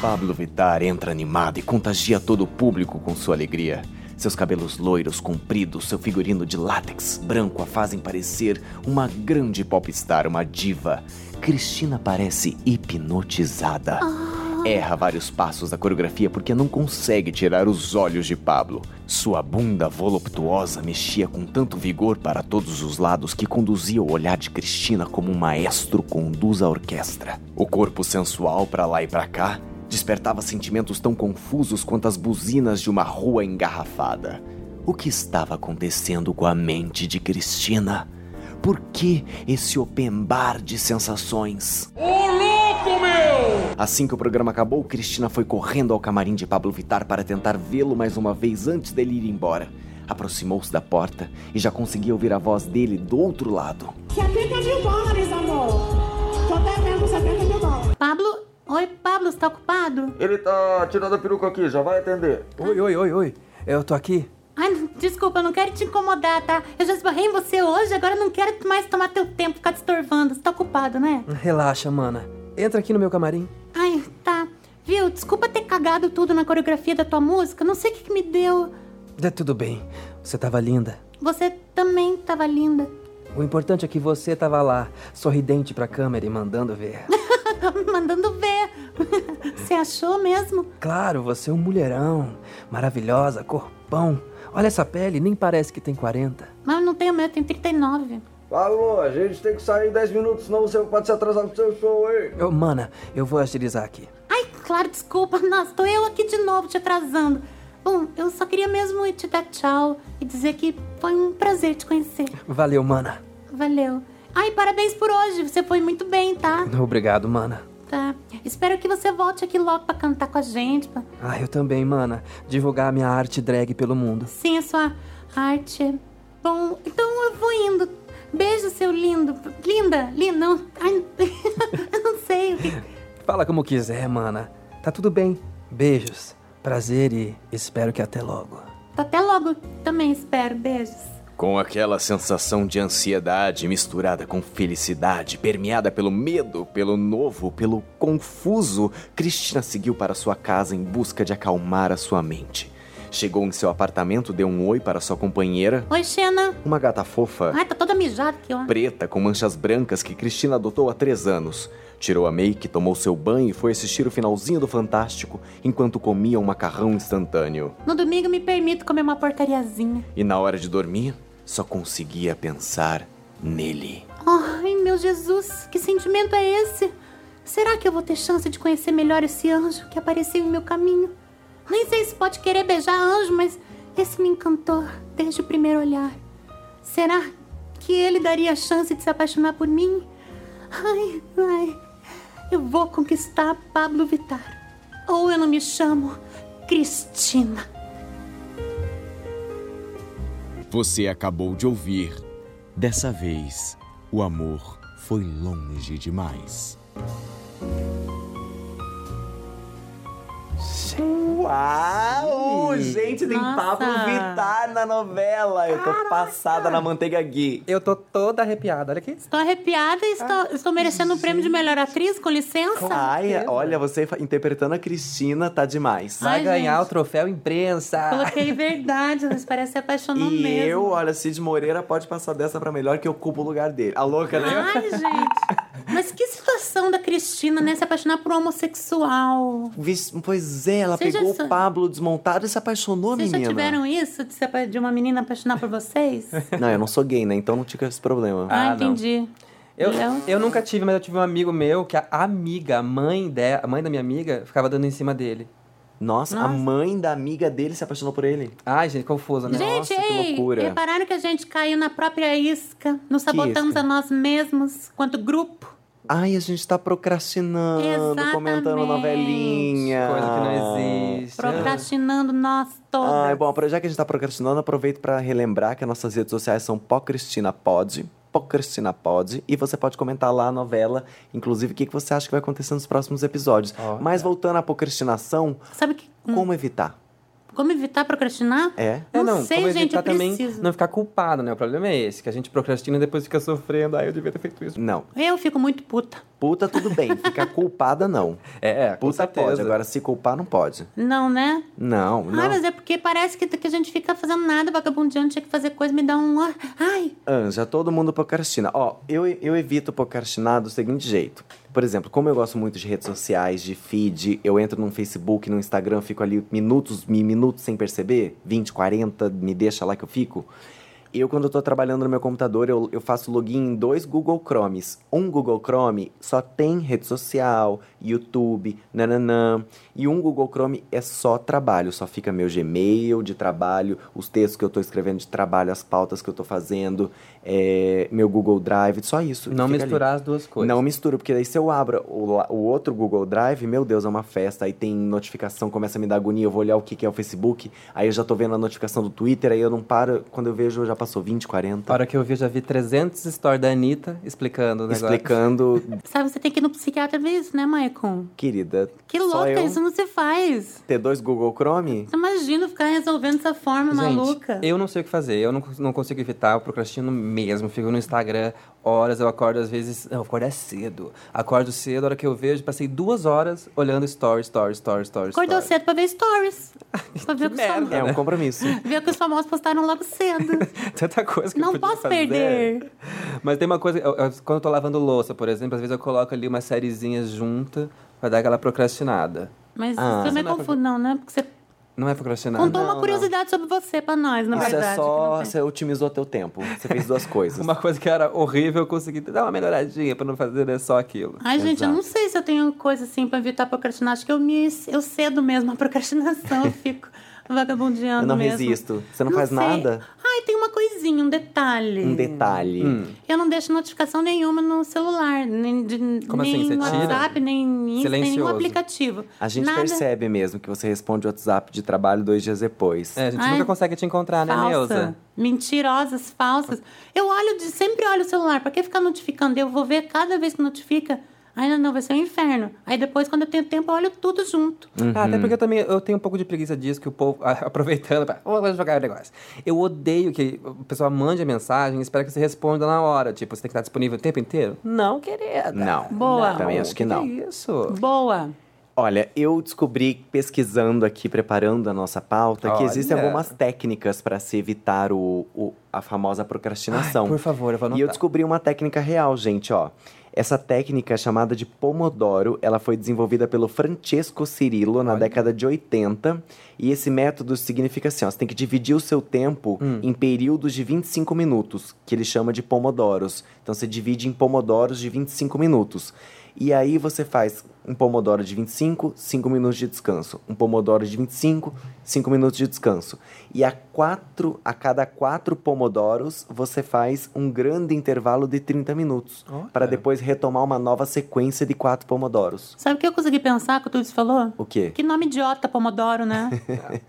Speaker 1: Pablo Vittar entra animado e contagia todo o público com sua alegria. Seus cabelos loiros, compridos, seu figurino de látex branco a fazem parecer uma grande popstar, uma diva. Cristina parece hipnotizada. Erra vários passos da coreografia porque não consegue tirar os olhos de Pablo. Sua bunda voluptuosa mexia com tanto vigor para todos os lados que conduzia o olhar de Cristina como um maestro conduz a orquestra. O corpo sensual para lá e para cá despertava sentimentos tão confusos quanto as buzinas de uma rua engarrafada. O que estava acontecendo com a mente de Cristina? Por que esse open bar de sensações? Assim que o programa acabou, Cristina foi correndo ao camarim de Pablo Vittar para tentar vê-lo mais uma vez antes dele ir embora. Aproximou-se da porta e já conseguia ouvir a voz dele do outro lado.
Speaker 7: 70 mil dólares, amor. Tô devendo 70 mil dólares.
Speaker 3: Pablo, oi, Pablo, você tá ocupado?
Speaker 8: Ele tá tirando a peruca aqui, já vai atender.
Speaker 2: Oi, oi, oi, oi. Eu tô aqui.
Speaker 3: Ai, não- desculpa, eu não quero te incomodar, tá? Eu já esbarrei em você hoje, agora eu não quero mais tomar teu tempo, ficar te estorvando. Você tá ocupado, né?
Speaker 2: Relaxa, mana. Entra aqui no meu camarim.
Speaker 3: Ai, tá. Viu, desculpa ter cagado tudo na coreografia da tua música, não sei o que, que me deu.
Speaker 2: É tudo bem. Você tava linda.
Speaker 3: Você também tava linda.
Speaker 2: O importante é que você tava lá, sorridente pra câmera e mandando ver.
Speaker 3: Mandando ver. Você achou mesmo?
Speaker 2: Claro, você é um mulherão. Maravilhosa, corpão. Olha essa pele, nem parece que tem 40.
Speaker 3: Mas eu não tenho medo, tenho 39.
Speaker 8: Pablo, a gente tem que sair em 10 minutos, senão você pode se atrasar pro seu show, hein?
Speaker 2: Ô, mana, eu vou agilizar aqui.
Speaker 3: Ai, claro, desculpa. Nossa, tô eu aqui de novo te atrasando. Bom, eu só queria mesmo te dar tchau e dizer que foi um prazer te conhecer.
Speaker 2: Valeu, mana.
Speaker 3: Valeu. Ai, parabéns por hoje. Você foi muito bem, tá?
Speaker 2: Obrigado, mana.
Speaker 3: Tá. Espero que você volte aqui logo pra cantar com a gente. pra-
Speaker 2: Ah, eu também, mana. Divulgar a minha arte drag pelo mundo.
Speaker 3: Sim, a sua arte. Bom, então eu vou indo. Beijo, seu lindo. Linda, linda. Não, ai, eu não sei. o que-
Speaker 2: Fala como quiser, mana. Tá tudo bem. Beijos. Prazer e espero que até logo.
Speaker 3: Até logo. Também espero. Beijos.
Speaker 1: Com aquela sensação de ansiedade misturada com felicidade, permeada pelo medo, pelo novo, pelo confuso, Cristina seguiu para sua casa em busca de acalmar a sua mente. Chegou em seu apartamento, deu um oi para sua companheira,
Speaker 3: Oi, Xena.
Speaker 1: uma gata fofa,
Speaker 3: Ai, tá toda mijada aqui, ó.
Speaker 1: preta com manchas brancas que Cristina adotou há três anos. Tirou a make, tomou seu banho e foi assistir o finalzinho do Fantástico enquanto comia um macarrão instantâneo.
Speaker 3: No domingo me permito comer uma porcariazinha.
Speaker 1: E na hora de dormir, só conseguia pensar nele.
Speaker 3: Ai, meu Jesus, que sentimento é esse? Será que eu vou ter chance de conhecer melhor esse anjo que apareceu em meu caminho? Nem sei se pode querer beijar anjo, mas esse me encantou desde o primeiro olhar. Será que ele daria a chance de se apaixonar por mim? Ai, ai. Eu vou conquistar Pablo Vittar. Ou eu não me chamo Cristina.
Speaker 9: Você acabou de ouvir. Dessa vez, o amor foi longe demais.
Speaker 4: Uau! Gente, tem
Speaker 3: Nossa.
Speaker 4: Pablo Vittar na novela. Eu tô passada na manteiga Gui.
Speaker 2: Eu tô toda arrepiada, olha aqui.
Speaker 3: Estou arrepiada e estou,
Speaker 4: Ah.
Speaker 3: estou merecendo o prêmio de melhor atriz, com licença.
Speaker 4: Ai, olha, você fa- interpretando a Cristina tá demais.
Speaker 2: Vai
Speaker 3: Ai,
Speaker 2: ganhar
Speaker 3: gente.
Speaker 2: o troféu imprensa.
Speaker 3: Coloquei verdade, mas parece que se apaixonou
Speaker 4: E
Speaker 3: mesmo.
Speaker 4: eu, olha, Cid Moreira pode passar dessa pra melhor que ocupa o lugar dele. A louca, né?
Speaker 3: Ai, gente. Mas que situação da Cristina, né? Se apaixonar por um homossexual.
Speaker 4: Vixe, Pois é, ela
Speaker 3: Vocês já
Speaker 4: pegou o
Speaker 3: sa-
Speaker 4: Pablo desmontado e se apaixonou,
Speaker 3: Vocês já
Speaker 4: menina. Ah,
Speaker 3: tiveram isso de, se apa- de uma menina apaixonar por vocês?
Speaker 4: Não, eu não sou gay, né? Então não tive esse problema.
Speaker 2: Ah,
Speaker 3: Ah,
Speaker 2: não.
Speaker 3: entendi.
Speaker 2: Eu,
Speaker 3: Não.
Speaker 2: eu nunca tive, mas eu tive um amigo meu que a amiga, a mãe dela, a mãe da minha amiga, ficava dando em cima dele.
Speaker 4: Nossa, a
Speaker 3: Nossa.
Speaker 4: mãe da amiga dele se apaixonou por ele.
Speaker 2: Ai, gente, confusa, né?
Speaker 4: que
Speaker 3: gente, ei,
Speaker 4: loucura.
Speaker 3: repararam que a gente caiu na própria isca, nos sabotamos
Speaker 4: isca?
Speaker 3: a nós mesmos, quanto grupo.
Speaker 4: Ai, a gente tá procrastinando, comentando
Speaker 3: Exatamente.
Speaker 4: novelinha.
Speaker 2: Coisa que
Speaker 4: Ah.
Speaker 2: não existe.
Speaker 3: Procrastinando nós todos.
Speaker 4: Ai, bom, pra- já que a gente tá procrastinando, aproveito pra relembrar que nossas redes sociais são Pocristina Pod, Pocristina Pod, e você pode comentar lá a novela, inclusive, o que, que você acha que vai acontecer nos próximos episódios.
Speaker 2: Ó.
Speaker 4: Mas voltando à procrastinação,
Speaker 3: Sabe que,
Speaker 4: como evitar?
Speaker 3: como evitar procrastinar?
Speaker 4: É?
Speaker 2: É,
Speaker 3: Não
Speaker 2: não,
Speaker 3: sei,
Speaker 2: como
Speaker 3: gente,
Speaker 2: evitar
Speaker 3: eu
Speaker 2: também
Speaker 3: preciso.
Speaker 2: não ficar culpado, né? O problema é esse, que a gente procrastina e depois fica sofrendo. Ai, eu devia ter feito isso.
Speaker 4: Não.
Speaker 3: Eu fico muito puta.
Speaker 4: Puta, tudo bem. Ficar culpada, não.
Speaker 2: É, é, com
Speaker 4: Puta
Speaker 2: certeza.
Speaker 4: pode, agora se culpar não pode.
Speaker 3: Não, né?
Speaker 4: Não, não.
Speaker 3: Ai, mas é porque parece que, que a gente fica fazendo nada, vagabundeando, tinha que fazer coisa, me dá um. ah, Ai,
Speaker 4: Anja, todo mundo procrastina. Ó, eu, eu evito procrastinar do seguinte jeito. Por exemplo, como eu gosto muito de redes sociais, de feed, eu entro no Facebook, no Instagram, fico ali minutos, mi- minutos sem perceber, 20, 40, me deixa lá que eu fico. Eu, quando eu tô trabalhando no meu computador, eu, eu faço login em dois Google Chromes. Um Google Chrome só tem rede social, YouTube, nananã. E um Google Chrome é só trabalho, só fica meu Gmail de trabalho, os textos que eu tô escrevendo de trabalho, as pautas que eu tô fazendo, é, meu Google Drive, só isso.
Speaker 2: Não
Speaker 4: Fica ali.
Speaker 2: misturar as duas coisas.
Speaker 4: Não misturo, porque daí se eu abro o, la- o outro Google Drive, meu Deus, é uma festa. Aí tem notificação, começa a me dar agonia, eu vou olhar o que, que é o Facebook, aí eu já tô vendo a notificação do Twitter, aí eu não paro. Quando eu vejo, já passou 20, 40.
Speaker 2: A hora que eu vi, eu já vi 300 stories da Anitta explicando o negócio.
Speaker 4: explicando,
Speaker 3: sabe, você tem que ir no psiquiatra ver isso, né, Maicon?
Speaker 4: querida,
Speaker 3: Que
Speaker 4: Só
Speaker 3: louca,
Speaker 4: eu?
Speaker 3: isso não se faz.
Speaker 4: ter dois Google Chrome?
Speaker 3: Você imagina ficar resolvendo dessa forma
Speaker 2: Gente,
Speaker 3: Tá maluca?
Speaker 2: eu não sei o que fazer, eu não, cons- não consigo evitar, eu procrastino mesmo. Fico no Instagram horas, eu acordo às vezes. Não, eu acordo é cedo. Acordo cedo, a hora que eu vejo, passei duas horas olhando stories, stories, stories, stories.
Speaker 3: Acordou
Speaker 2: stories.
Speaker 3: cedo pra ver stories. pra ver o que, os fam-
Speaker 4: É
Speaker 2: Né?
Speaker 4: um compromisso.
Speaker 3: ver o que os famosos postaram logo cedo.
Speaker 2: Tanta coisa que eu
Speaker 3: não
Speaker 2: podia
Speaker 3: posso
Speaker 2: fazer.
Speaker 3: perder.
Speaker 2: Mas tem uma coisa, eu- eu- quando eu tô lavando louça, por exemplo, às vezes eu coloco ali uma sériezinha junta pra dar aquela procrastinada.
Speaker 3: Mas
Speaker 4: Ah.
Speaker 3: isso
Speaker 2: Isso
Speaker 3: também
Speaker 2: não é
Speaker 3: confundo, não, né? Porque você
Speaker 2: Não é procrastinar.
Speaker 3: contou
Speaker 4: não,
Speaker 3: uma curiosidade sobre você pra nós, na
Speaker 4: Isso
Speaker 3: verdade.
Speaker 4: é
Speaker 3: que não
Speaker 4: só.
Speaker 3: tem.
Speaker 4: Você otimizou teu tempo. Você fez duas coisas.
Speaker 2: Uma coisa que era horrível, eu consegui dar uma melhoradinha pra não fazer né, só aquilo.
Speaker 3: Ai, gente, eu
Speaker 4: Exato.
Speaker 3: não sei se eu tenho coisa assim pra evitar procrastinar. Acho que eu me eu cedo mesmo a procrastinação, eu fico vagabundeando
Speaker 4: Eu não
Speaker 3: mesmo.
Speaker 4: resisto. Você não, faz
Speaker 3: sei.
Speaker 4: nada?
Speaker 3: Ai, tem uma coisinha, um detalhe.
Speaker 4: Um detalhe.
Speaker 2: Hum.
Speaker 3: Eu não deixo notificação nenhuma no celular, nem, de,
Speaker 2: Como
Speaker 3: nem
Speaker 2: assim, você
Speaker 3: no
Speaker 2: tira?
Speaker 3: WhatsApp, nem Insta, nem nenhum
Speaker 2: Silencioso.
Speaker 3: aplicativo.
Speaker 4: A gente
Speaker 3: Nada.
Speaker 4: percebe mesmo que você responde o WhatsApp de trabalho dois dias depois.
Speaker 2: É, a gente
Speaker 3: Ai,
Speaker 2: nunca consegue te encontrar, né,
Speaker 3: Falsa,
Speaker 2: Neuza?
Speaker 3: mentirosas, falsas. Eu olho, de- sempre olho o celular. Pra que ficar notificando? Eu vou ver cada vez que notifica. Ai, não, não, vai ser um inferno. Aí depois, quando eu tenho tempo, eu olho tudo junto.
Speaker 4: Uhum.
Speaker 2: Ah, até porque eu também eu tenho um pouco de preguiça disso, que o povo, ah, aproveitando, pra, "Ô, vou jogar o negócio. Eu odeio que o pessoal mande a mensagem e espera que você responda na hora. Tipo, você tem que estar disponível o tempo inteiro? Não, querida.
Speaker 4: Não.
Speaker 3: Boa.
Speaker 4: Também acho que não.
Speaker 2: Que é isso?
Speaker 3: Boa.
Speaker 4: Olha, eu descobri pesquisando aqui, preparando a nossa pauta, que
Speaker 2: Olha.
Speaker 4: existem algumas técnicas para se evitar o, o- a famosa procrastinação.
Speaker 2: Ai, por favor, eu vou anotar.
Speaker 4: E eu descobri uma técnica real, gente, ó. Essa técnica é chamada de Pomodoro, ela foi desenvolvida pelo Francesco Cirillo na década de 80. E esse método significa assim, ó, você tem que dividir o seu tempo
Speaker 2: Hum.
Speaker 4: em períodos de 25 minutos, que ele chama de Pomodoros. Então você divide em Pomodoros de 25 minutos. E aí você faz um pomodoro de 25, 5 minutos de descanso. Um pomodoro de 25, 5 minutos de descanso. E a, quatro, a cada 4 pomodoros, você faz um grande intervalo de 30 minutos. Para depois retomar uma nova sequência de 4 pomodoros.
Speaker 3: Sabe o que eu consegui pensar que o Tuvis falou?
Speaker 4: O quê?
Speaker 3: Que nome idiota, Pomodoro, né?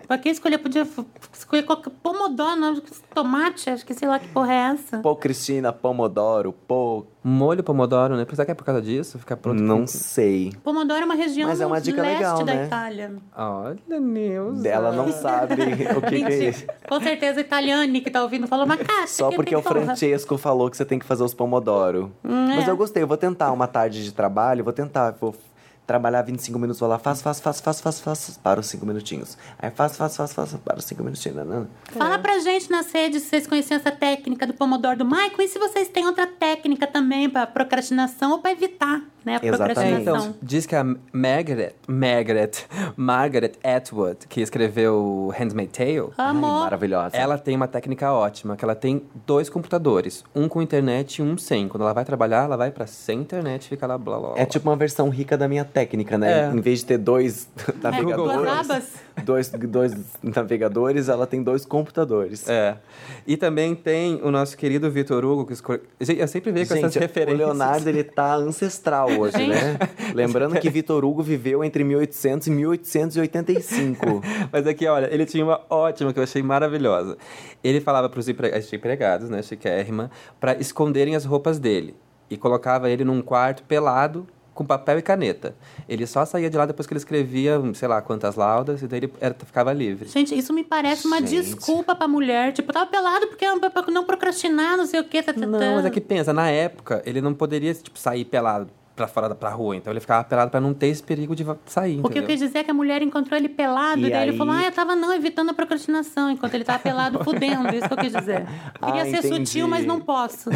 Speaker 3: pra que escolher? Podia f- escolher qualquer Pomodoro, não, tomate, acho que sei lá que porra é essa.
Speaker 4: Pô, Cristina, pomodoro, pô...
Speaker 2: Molho pomodoro, né? Será que é por causa disso? Fica pronto.
Speaker 4: Não sei.
Speaker 3: Pomodoro é uma região
Speaker 4: Mas é uma
Speaker 3: do
Speaker 4: dica
Speaker 3: leste
Speaker 4: legal,
Speaker 3: da
Speaker 4: né?
Speaker 3: Itália.
Speaker 2: Olha, Neus.
Speaker 4: Ela não sabe o que, que é
Speaker 3: Mentira.
Speaker 4: isso.
Speaker 3: Com certeza, italiane que tá ouvindo falou, mas caixa,
Speaker 4: Só
Speaker 3: que
Speaker 4: porque é o
Speaker 3: porra.
Speaker 4: Francesco falou que você tem que fazer os pomodoro. Mas
Speaker 3: é.
Speaker 4: eu gostei, eu vou tentar uma tarde de trabalho, vou tentar, vou f- trabalhar 25 minutos, vou lá, faço, faço, faço, faço, faço, faço, para os 5 minutinhos. Aí faço, faço, faço, faço, para os 5 minutinhos. né, nanana.
Speaker 3: Fala pra gente nas redes se vocês conheciam essa técnica do Pomodoro do Michael e se vocês têm outra técnica também pra procrastinação ou pra evitar, né? A
Speaker 2: É,
Speaker 4: Exatamente.
Speaker 3: procrastinação.
Speaker 2: então, diz que a Margaret, Margaret, Margaret Atwood, que escreveu Handmaid's Tale,
Speaker 4: Então,
Speaker 3: Amor.
Speaker 4: Maravilhosa.
Speaker 2: ela tem uma técnica ótima, que ela tem dois computadores, um com internet e um sem. Quando ela vai trabalhar, ela vai pra sem internet, fica lá blá blá. blá.
Speaker 4: É tipo uma versão rica da minha técnica, né?
Speaker 2: É.
Speaker 4: Em vez de ter dois
Speaker 3: É, duas
Speaker 4: navegadores,
Speaker 3: abas.
Speaker 4: dois, dois navegadores, ela tem dois computadores.
Speaker 2: É. E também tem o nosso querido Vitor Hugo, que escolhe... Gente, eu sempre vejo com essas
Speaker 4: Gente,
Speaker 2: referências.
Speaker 4: o Leonardo, ele tá ancestral hoje,
Speaker 3: Gente.
Speaker 4: né? Lembrando que Vitor Hugo viveu entre 1800 e 1885.
Speaker 2: Mas aqui, olha, ele tinha uma ótima que eu achei maravilhosa. Ele falava para os empregados, né, chiquérrima, para esconderem as roupas dele. E colocava ele num quarto pelado, com papel e caneta. Ele só saía de lá depois que ele escrevia, hum, sei lá, quantas laudas, e daí ele era- ficava livre.
Speaker 3: Gente, isso me parece uma desculpa pra mulher. Tipo, tava pelado porque era pra não procrastinar, não sei o quê. Tá, tá, tá.
Speaker 2: Não, mas é que pensa, na época, ele não poderia, tipo, sair pelado pra fora, da- pra rua. Então ele ficava pelado pra não ter esse perigo de va- sair,
Speaker 3: O que eu
Speaker 2: entendeu?
Speaker 3: quis dizer é que a mulher encontrou ele pelado e,
Speaker 4: E
Speaker 3: daí ele
Speaker 4: aí-
Speaker 3: falou: Ah, eu tava não evitando a procrastinação enquanto ele tava pelado, fudendo. Isso que eu quis dizer.
Speaker 4: Ah,
Speaker 3: Queria ser
Speaker 4: entendi.
Speaker 3: sutil, mas não posso.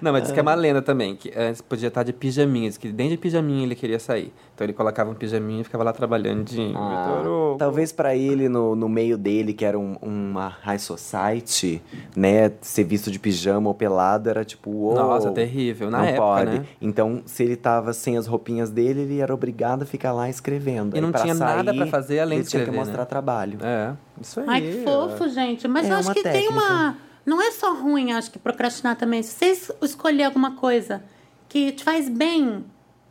Speaker 2: Não, mas diz
Speaker 4: Ah.
Speaker 2: que é uma lenda também, que antes podia estar de pijaminha, diz que nem de pijaminha ele queria sair. Então ele colocava um pijaminha e ficava lá trabalhando de
Speaker 4: Ah.
Speaker 2: Vitor Hugo.
Speaker 4: Talvez pra ele, no, no meio dele, que era um- uma high society, né? Ser visto de pijama ou pelado era tipo, uou,
Speaker 2: Nossa, terrível. Na
Speaker 4: não
Speaker 2: época,
Speaker 4: pode.
Speaker 2: né?
Speaker 4: Então, se ele tava sem as roupinhas dele, ele era obrigado a ficar lá escrevendo.
Speaker 2: E
Speaker 4: Aí,
Speaker 2: não
Speaker 4: pra
Speaker 2: tinha nada
Speaker 4: sair,
Speaker 2: pra fazer além
Speaker 4: ele
Speaker 2: de
Speaker 4: tinha
Speaker 2: escrever,
Speaker 4: que
Speaker 2: né?
Speaker 4: mostrar trabalho.
Speaker 2: É, isso aí.
Speaker 3: Ai, que fofo, gente. Mas
Speaker 4: É
Speaker 3: eu acho
Speaker 4: uma
Speaker 3: que tem
Speaker 4: técnica.
Speaker 3: uma. Não é só ruim, acho que procrastinar também. Se você es- escolher alguma coisa que te faz bem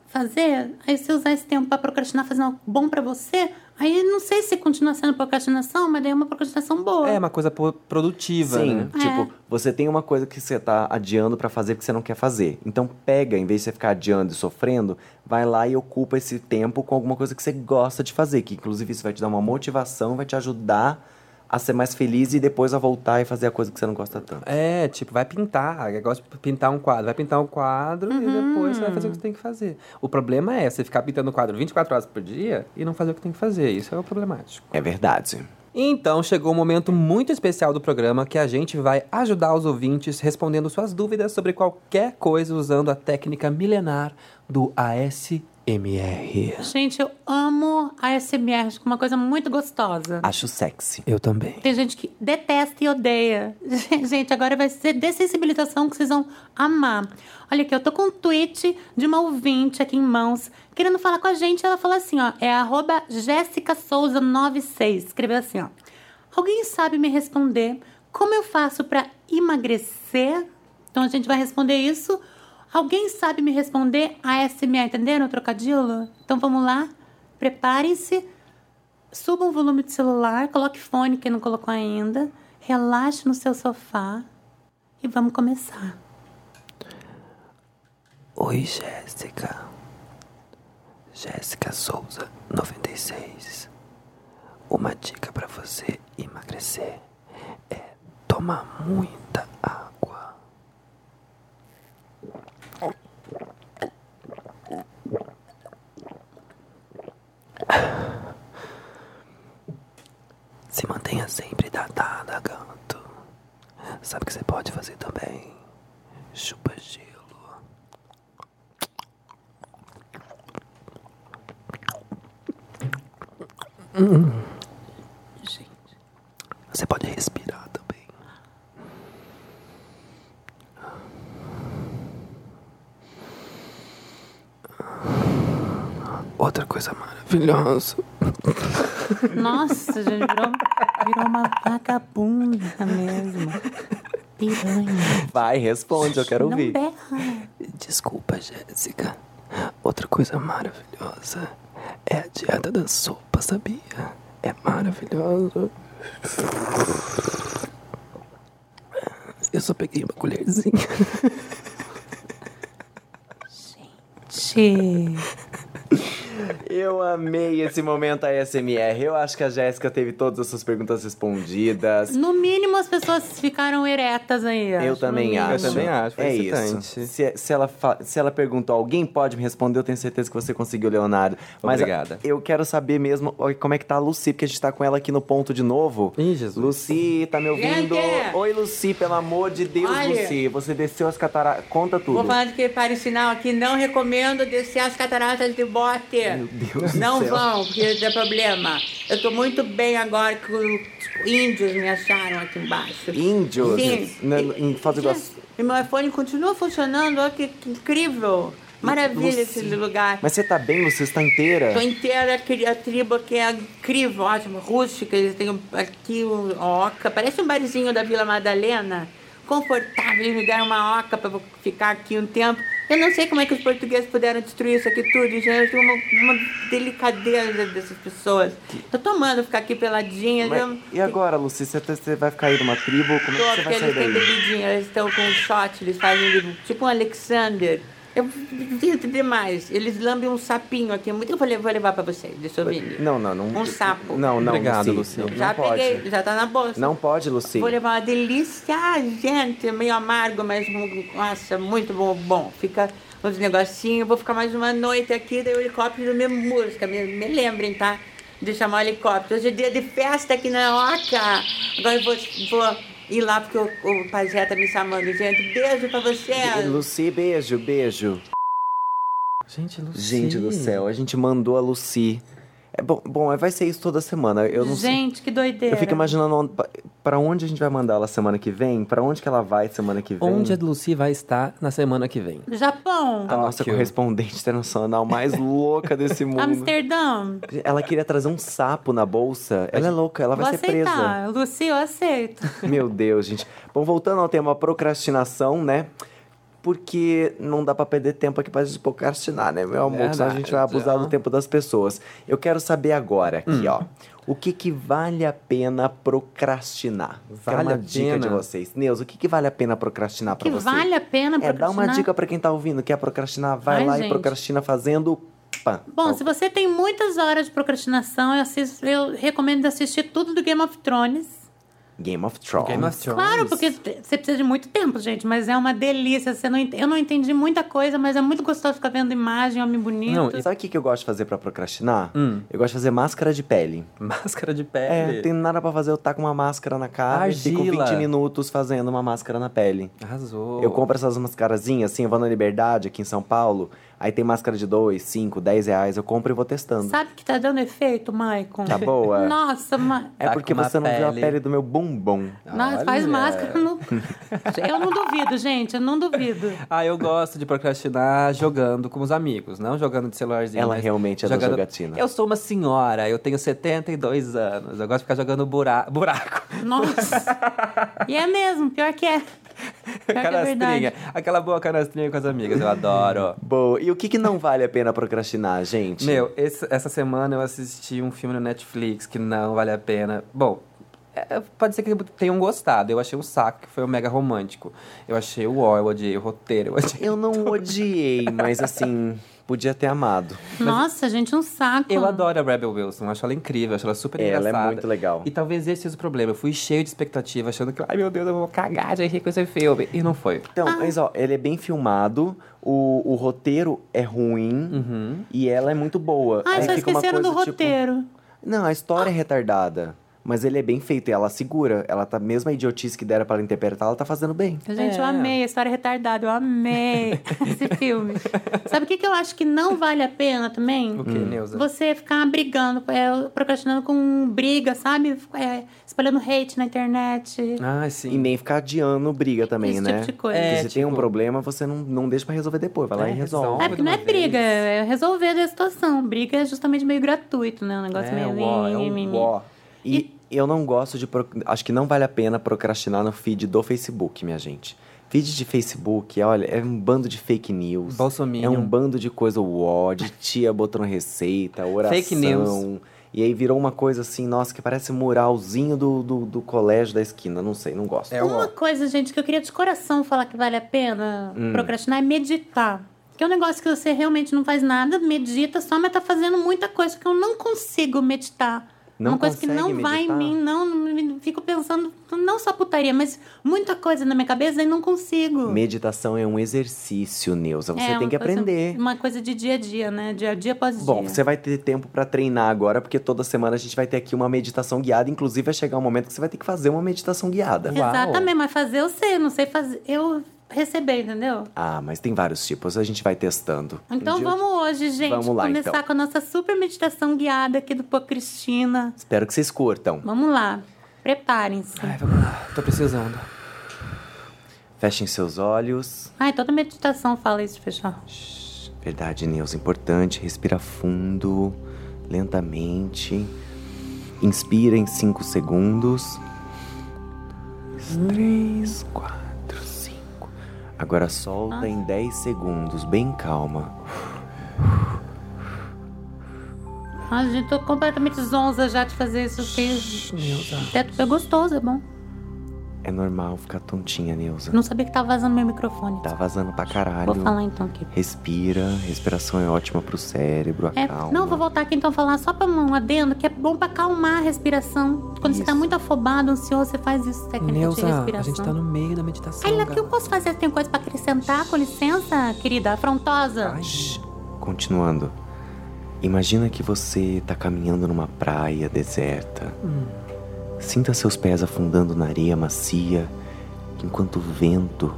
Speaker 3: fazer, aí você usar esse tempo pra procrastinar, fazer algo bom pra você, aí não sei se continua sendo procrastinação, mas daí é uma procrastinação boa.
Speaker 2: É, uma coisa po- produtiva,
Speaker 4: Sim,
Speaker 2: né?
Speaker 3: É.
Speaker 4: tipo, você tem uma coisa que você tá adiando pra fazer que você não quer fazer. Então pega, em vez de você ficar adiando e sofrendo, vai lá e ocupa esse tempo com alguma coisa que você gosta de fazer, que inclusive isso vai te dar uma motivação, vai te ajudar a ser mais feliz e depois a voltar e fazer a coisa que você não gosta tanto.
Speaker 2: É, tipo, vai pintar. Eu gosto de pintar um quadro. Vai pintar um quadro
Speaker 3: Uhum.
Speaker 2: e depois você vai fazer o que você tem que fazer. O problema é você ficar pintando o quadro 24 horas por dia e não fazer o que tem que fazer. Isso é o problemático.
Speaker 4: É verdade.
Speaker 2: Então chegou um momento muito especial do programa que a gente vai ajudar os ouvintes respondendo suas dúvidas sobre qualquer coisa usando a técnica milenar do ASMR.
Speaker 3: Gente, eu amo a SMR, acho que é uma coisa muito gostosa.
Speaker 4: Acho sexy.
Speaker 2: Eu também.
Speaker 3: Tem gente que detesta e odeia. Gente, agora vai ser dessensibilização que vocês vão amar. Olha aqui, eu tô com um tweet de uma ouvinte aqui em mãos, querendo falar com a gente. Ela falou assim, ó, é arroba Jéssica Souza 96. Escreveu assim, ó. Alguém sabe me responder como eu faço pra emagrecer? Então a gente vai responder isso. Alguém sabe me responder a SMA, entenderam o trocadilho? Então vamos lá, preparem-se. Suba o volume do celular, coloque fone quem não colocou ainda, relaxe no seu sofá e vamos começar.
Speaker 2: Oi, Jéssica. Jéssica Souza, 96. Uma dica pra você emagrecer é tomar muita água. Se mantenha sempre hidratada, gato. Sabe o que você pode fazer também? Chupa gelo. Você pode respirar também. Outra coisa maravilhosa.
Speaker 3: Nossa, gente, virou, virou uma vagabunda mesmo. Piranha.
Speaker 4: Vai, responde, eu quero
Speaker 3: Não é.
Speaker 4: ouvir.
Speaker 3: berra.
Speaker 2: Desculpa, Jéssica. Outra coisa maravilhosa é a dieta da sopa, sabia? É maravilhoso. Eu só peguei uma colherzinha.
Speaker 3: Gente.
Speaker 4: Eu amei esse momento ASMR. Eu acho que a Jéssica teve todas as suas perguntas respondidas.
Speaker 3: No mínimo as pessoas ficaram eretas aí.
Speaker 4: Eu
Speaker 3: acho,
Speaker 4: também
Speaker 3: no mínimo.
Speaker 4: acho.
Speaker 2: Eu também acho, foi
Speaker 4: É isso.
Speaker 2: excitante.
Speaker 4: Se, se ela fa- se ela perguntou, alguém pode me responder, eu tenho certeza que você conseguiu, Leonardo. Mas ah,
Speaker 2: Obrigada.
Speaker 4: Eu quero saber mesmo ó, como é que tá a Lucy, porque a gente tá com ela aqui no ponto de novo.
Speaker 2: Ih, Jesus.
Speaker 4: Lucy, tá me ouvindo?
Speaker 6: Gente!
Speaker 4: Oi, Lucy, pelo amor de Deus,
Speaker 6: Olha.
Speaker 4: Lucy. Você desceu as cataratas. Conta
Speaker 6: Vou
Speaker 4: tudo.
Speaker 6: falar do que para o sinal aqui, não recomendo descer as cataratas de bote. Meu
Speaker 4: Deus do
Speaker 6: Não
Speaker 4: céu.
Speaker 6: vão, porque dá problema. Eu tô muito bem agora que os índios me acharam aqui embaixo.
Speaker 4: Índios.
Speaker 6: Sim.
Speaker 4: Na- Em Foz do Iguaçu.
Speaker 6: E meu iPhone continua funcionando, olha que, que incrível. Maravilha esse lugar.
Speaker 4: Mas você tá bem, Lucy? Você tá inteira?
Speaker 6: Tô inteira cri- a tribo que é incrível, ótimo, rústica. Eles têm um- aqui um- uma oca, parece um barzinho da Vila Madalena. Confortável, eles me deram uma oca para ficar aqui um tempo. Eu não sei como é que os portugueses puderam destruir isso aqui tudo, gente. Eu tenho uma, uma delicadeza dessas pessoas. Eu tô amando ficar aqui peladinha.
Speaker 4: Mas-
Speaker 6: eu-
Speaker 4: e agora, Lucy? Você, tá- você vai ficar aí numa tribo? Como é
Speaker 6: Tô,
Speaker 4: que você
Speaker 6: porque
Speaker 4: vai
Speaker 6: eles
Speaker 4: sair
Speaker 6: têm
Speaker 4: daí?
Speaker 6: bebidinha, eles estão com um shot, eles fazem bebida, tipo um Alexander. Eu sinto demais. Eles lambem um sapinho aqui. Muito eu vou, le- vou levar pra vocês, deixa eu ver.
Speaker 4: Não, não, não.
Speaker 6: Um sapo.
Speaker 4: Não, não,
Speaker 2: Obrigado,
Speaker 4: Lucy.
Speaker 2: Lucy.
Speaker 4: Não
Speaker 6: já
Speaker 4: pode.
Speaker 6: peguei, já tá na bolsa.
Speaker 4: Não pode, Lucy.
Speaker 6: Vou levar uma delícia, Ah, gente, meio amargo, mas mu- nossa, muito bom. Bom, fica uns negocinhos, vou ficar mais uma noite aqui, daí o helicóptero me música, me, me lembrem, tá? De chamar o helicóptero. Hoje é dia de festa aqui na Oca. Agora eu vou, vou ir lá porque o, o pajé tá me chamando, gente. Beijo pra
Speaker 4: Be-
Speaker 6: vocês.
Speaker 4: Lucy, beijo, beijo.
Speaker 2: Gente, Lucy.
Speaker 4: Gente do céu, a gente mandou a Lucy. É bom, bom, vai ser isso toda semana. Eu não sei.
Speaker 3: Gente, é. que doideira.
Speaker 4: Eu fico imaginando onde- pa- pra onde a gente vai mandar ela semana que vem? Pra onde que ela vai semana que vem?
Speaker 3: é
Speaker 2: Onde a Lucy vai estar na semana que vem?
Speaker 3: Japão,
Speaker 4: a nossa
Speaker 2: Tóquio.
Speaker 4: correspondente internacional mais louca desse mundo.
Speaker 3: Amsterdã.
Speaker 4: Ela queria trazer um sapo na bolsa. Ela é louca, ela vai
Speaker 3: Vou
Speaker 4: ser presa.
Speaker 6: tá,
Speaker 3: aceitar. Lucy, eu aceito.
Speaker 4: Meu Deus, gente. Bom, voltando ao tema procrastinação, né? Porque não dá pra perder tempo aqui pra gente procrastinar, né, meu amor? Porque senão a gente vai
Speaker 2: Verdade,
Speaker 4: abusar
Speaker 2: ó.
Speaker 4: do tempo das pessoas. Eu quero saber agora
Speaker 3: Hum.
Speaker 4: aqui, ó. O que que vale a pena procrastinar? Quero
Speaker 2: Vale
Speaker 4: uma
Speaker 2: a
Speaker 4: dica de
Speaker 2: pena?
Speaker 4: vocês. Neus, o que que vale a pena procrastinar pra
Speaker 3: Que
Speaker 4: você?
Speaker 3: vale a pena
Speaker 4: É, dá uma
Speaker 3: procrastinar.
Speaker 4: dica pra quem tá ouvindo. Quer procrastinar? Vai
Speaker 3: Ai,
Speaker 4: lá e
Speaker 3: gente.
Speaker 4: procrastina fazendo... Pã. é
Speaker 3: Bom, se você tem muitas horas de procrastinação, eu, assisto- eu recomendo assistir tudo do Game of Thrones.
Speaker 4: Game of Thrones. é
Speaker 3: Claro, porque te- você precisa de muito tempo, gente, mas é uma delícia. Você não ent- Eu não entendi muita coisa, mas é muito gostoso ficar vendo imagem, homem bonito.
Speaker 2: Não,
Speaker 4: Sabe o que que eu gosto de fazer pra procrastinar?
Speaker 2: Hum.
Speaker 4: Eu gosto de fazer máscara de pele.
Speaker 2: Máscara de
Speaker 4: É,
Speaker 2: pele.
Speaker 4: tem nada pra fazer, eu taco uma máscara na cara e fico
Speaker 2: Argila.
Speaker 4: 20 minutos fazendo uma máscara na pele.
Speaker 2: Arrasou.
Speaker 4: Eu compro essas mascarazinhas, assim, eu vou na Liberdade, aqui em São Paulo, aí tem máscara de 2, 5, 10 reais, eu compro e vou testando.
Speaker 3: Sabe que tá dando efeito, Maicon?
Speaker 4: Tá boa?
Speaker 3: Nossa, ma...
Speaker 4: É
Speaker 2: Tá com
Speaker 4: porque
Speaker 2: uma
Speaker 4: você não viu a
Speaker 2: pele.
Speaker 4: pele do meu bumbum.
Speaker 3: Nossa, faz
Speaker 2: Olha.
Speaker 3: máscara. No... Eu não duvido, gente, eu não duvido.
Speaker 2: Ah, eu gosto de procrastinar jogando com os amigos, não jogando de celularzinho.
Speaker 4: Ela
Speaker 2: mas
Speaker 4: realmente é da jogatina.
Speaker 2: Eu sou uma senhora, eu tenho 72 anos. Eu gosto de ficar jogando bura... buraco.
Speaker 3: Nossa. E é mesmo, pior que é. Pior que é
Speaker 2: canastrinha.
Speaker 3: verdade.
Speaker 2: Aquela boa canastrinha com as amigas, eu adoro.
Speaker 4: Boa. E o que, que não vale a pena procrastinar, gente?
Speaker 2: Meu, esse- essa semana eu assisti um filme no Netflix que não vale a pena. Bom, é, pode ser que tenham gostado. Eu achei um saco, que foi um mega romântico. Eu achei o ó, eu odiei o roteiro, eu odiei.
Speaker 4: Eu não odiei, mas assim, podia ter amado.
Speaker 3: Nossa, gente, um saco.
Speaker 2: Eu adoro a Rebel Wilson, acho ela incrível, acho ela super
Speaker 4: Ela é
Speaker 2: engraçada.
Speaker 4: muito legal.
Speaker 2: E talvez esse seja o problema. Eu fui cheio de expectativa, achando que, ai meu Deus, eu vou cagar de rir com esse filme. E não foi.
Speaker 4: Então,
Speaker 3: Ah.
Speaker 4: mas ó, ele é bem filmado, o, o roteiro é ruim e ela é muito boa.
Speaker 3: Ai,
Speaker 4: Aí
Speaker 3: Uhum. Ah, só
Speaker 4: fica uma
Speaker 3: esqueceram do
Speaker 4: coisa, tipo,
Speaker 3: roteiro.
Speaker 4: Não, a história é retardada. Mas ele é bem feito e ela segura. Ela tá, mesmo a idiotice que dera pra ela interpretar, ela tá fazendo bem.
Speaker 3: Gente, eu
Speaker 2: É.
Speaker 3: amei a história retardada, eu amei esse filme. Sabe o que, que eu acho que não vale a pena também?
Speaker 2: O que, Neuza?
Speaker 3: Você ficar brigando, é, procrastinando com briga, sabe? É, espalhando hate na internet.
Speaker 2: Ah,
Speaker 4: E
Speaker 2: sim.
Speaker 4: nem ficar adiando briga também,
Speaker 3: Esse
Speaker 4: né?
Speaker 3: tipo de coisa.
Speaker 4: Porque
Speaker 2: É,
Speaker 4: se tem um
Speaker 2: tipo-
Speaker 4: problema, você não, não deixa pra resolver depois. Vai lá
Speaker 2: É,
Speaker 4: e resolve.
Speaker 3: É, porque não é
Speaker 2: de uma vez.
Speaker 3: briga, é resolver a situação. Briga é justamente meio gratuito, né? Um negócio
Speaker 2: é,
Speaker 3: meio.
Speaker 2: uó, é
Speaker 3: mimimi.
Speaker 2: um uó.
Speaker 4: E eu não gosto de. pro- Acho que não vale a pena procrastinar no feed do Facebook, minha gente. Feed de Facebook, olha, é um bando de fake news.
Speaker 2: Bolsominion.
Speaker 4: É um bando de coisa uó, de tia botando receita, oração.
Speaker 2: Fake news.
Speaker 4: E aí virou uma coisa assim, nossa, que parece muralzinho do, do, do colégio da esquina. Não sei, não gosto.
Speaker 2: É
Speaker 3: Uma
Speaker 2: uó.
Speaker 3: coisa, gente, que eu queria de coração falar que vale a pena
Speaker 2: Hum.
Speaker 3: procrastinar é meditar. Que é um negócio que você realmente não faz nada, medita só, mas tá fazendo muita coisa que eu não consigo meditar.
Speaker 4: Não
Speaker 3: uma coisa que
Speaker 4: consegue
Speaker 3: não vai em
Speaker 4: meditar?
Speaker 3: mim, não, não- fico pensando, não só putaria, mas muita coisa na minha cabeça e não consigo.
Speaker 4: Meditação é um exercício, Neuza. Você
Speaker 3: É
Speaker 4: tem
Speaker 3: uma
Speaker 4: que
Speaker 3: coisa-
Speaker 4: aprender.
Speaker 3: Uma coisa de dia a dia, né? Dia a dia após dia.
Speaker 4: Bom, você vai ter tempo pra treinar agora, porque toda semana a gente vai ter aqui uma meditação guiada. Inclusive, vai chegar um momento que você vai ter que fazer uma meditação
Speaker 3: É.
Speaker 4: guiada.
Speaker 2: Uau.
Speaker 3: Exatamente, mas fazer eu sei, não sei fazer. Eu receber, entendeu?
Speaker 4: Ah, mas tem vários tipos, a gente vai testando.
Speaker 3: Então
Speaker 4: Um dia eu-
Speaker 3: vamos hoje, gente,
Speaker 4: Vamos lá,
Speaker 3: começar
Speaker 4: então.
Speaker 3: com a nossa super meditação guiada aqui do Pô Cristina.
Speaker 4: Espero que vocês curtam.
Speaker 3: Vamos lá. Preparem-se.
Speaker 2: Ai, vamos lá. Tô precisando.
Speaker 3: É
Speaker 4: Fechem seus olhos.
Speaker 3: Ai, toda meditação fala isso de fechar.
Speaker 4: Verdade, Neuza, importante. Respira fundo, lentamente. Inspira em 5 segundos.
Speaker 3: Hum.
Speaker 4: 3, 4, 5. Agora solta em 10 segundos, bem calma.
Speaker 3: Ai, gente, tô completamente zonza já de fazer isso. Porque... Até tu é gostoso, é bom.
Speaker 4: É normal ficar tontinha, Neuza.
Speaker 3: Não sabia que tava vazando meu microfone.
Speaker 4: Tá vazando pra caralho.
Speaker 3: Vou falar então aqui.
Speaker 4: Respira, respiração é ótima pro cérebro,
Speaker 3: É,
Speaker 4: acalma.
Speaker 3: não, vou voltar aqui então falar só pra um adendo, que é bom pra acalmar a respiração. Quando você tá
Speaker 4: Isso.
Speaker 3: muito afobado, ansioso, você faz isso, técnica de
Speaker 2: Neuza,
Speaker 3: respiração.
Speaker 2: a gente tá no meio da meditação.
Speaker 3: Ai, lá, o que eu
Speaker 2: galera.
Speaker 3: posso fazer? Tem um coisa pra acrescentar? Com licença, querida afrontosa.
Speaker 2: Ai,
Speaker 4: Continuando. Imagina que você tá caminhando numa praia deserta. Sinta seus pés afundando na areia macia, enquanto o vento,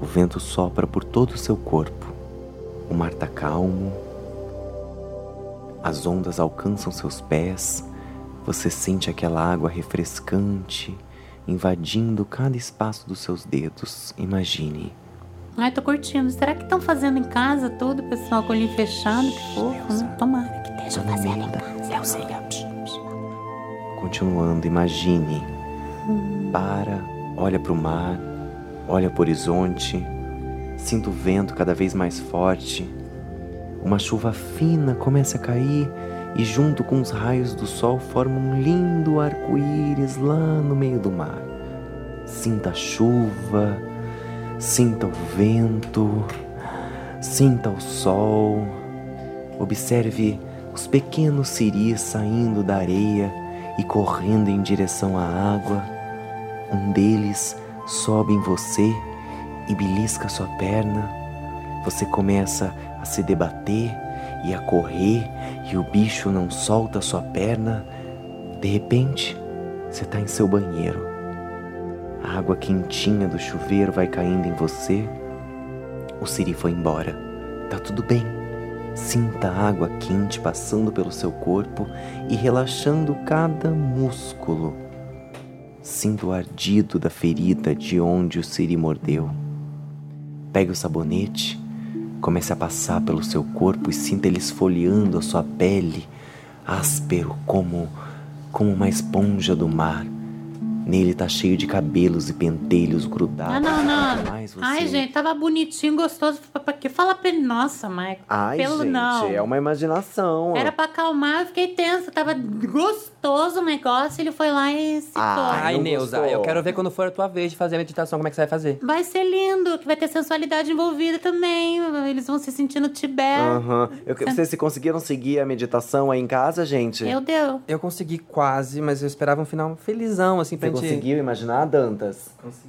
Speaker 4: o vento sopra por todo o seu corpo. O mar tá calmo. As ondas alcançam seus pés. Você sente aquela água refrescante invadindo cada espaço dos seus dedos. Imagine.
Speaker 3: Ai, tô curtindo. Será que estão fazendo em casa tudo, pessoal, com o olhinho fechado? Que fofo, né? Tomara que estejam fazendo em casa. Eu sei.
Speaker 4: Continuando, imagine. Para, olha para o mar, olha para o horizonte, sinta o vento cada vez mais forte. Uma chuva fina começa a cair e, junto com os raios do sol, forma um lindo arco-íris lá no meio do mar. Sinta a chuva, sinta o vento, sinta o sol. Observe os pequenos siris saindo da areia e correndo em direção à água. Um deles sobe em você e belisca sua perna. Você começa a se debater e a correr e o bicho não solta sua perna. De repente, você está em seu banheiro. A água quentinha do chuveiro vai caindo em você. O Siri foi embora. Tá tudo bem. Sinta a água quente passando pelo seu corpo e relaxando cada músculo. Sinta o ardido da ferida de onde o Siri mordeu. Pegue o sabonete, comece a passar pelo seu corpo e sinta ele esfoliando a sua pele, áspero como, como uma esponja do mar. Nele tá cheio de cabelos e pentelhos grudados.
Speaker 3: Ah, não, não.
Speaker 4: Mas você-
Speaker 3: Ai, gente, tava bonitinho, gostoso. Pra- pra que Fala pra ele. Nossa, Maico.
Speaker 4: Ai,
Speaker 3: Pelo
Speaker 4: gente,
Speaker 3: não.
Speaker 4: é uma imaginação.
Speaker 3: Era pra acalmar, eu fiquei tensa. Tava gostoso o negócio, ele foi lá e citou.
Speaker 4: Ah,
Speaker 2: Ai,
Speaker 4: não
Speaker 2: Neuza,
Speaker 4: gostou.
Speaker 2: eu quero ver quando for a tua vez de fazer a meditação, como é que você vai fazer.
Speaker 3: Vai ser lindo, que vai ter sensualidade envolvida também. Eles vão se sentindo Tibete.
Speaker 2: Ah,
Speaker 4: Aham. Eu que- Vocês se conseguiram seguir a meditação aí em casa, gente?
Speaker 3: Meu Deus.
Speaker 2: Eu consegui quase, mas eu esperava um final felizão, assim, pra
Speaker 4: Você
Speaker 2: gente...
Speaker 4: conseguiu imaginar, Dantas?
Speaker 2: Consegui.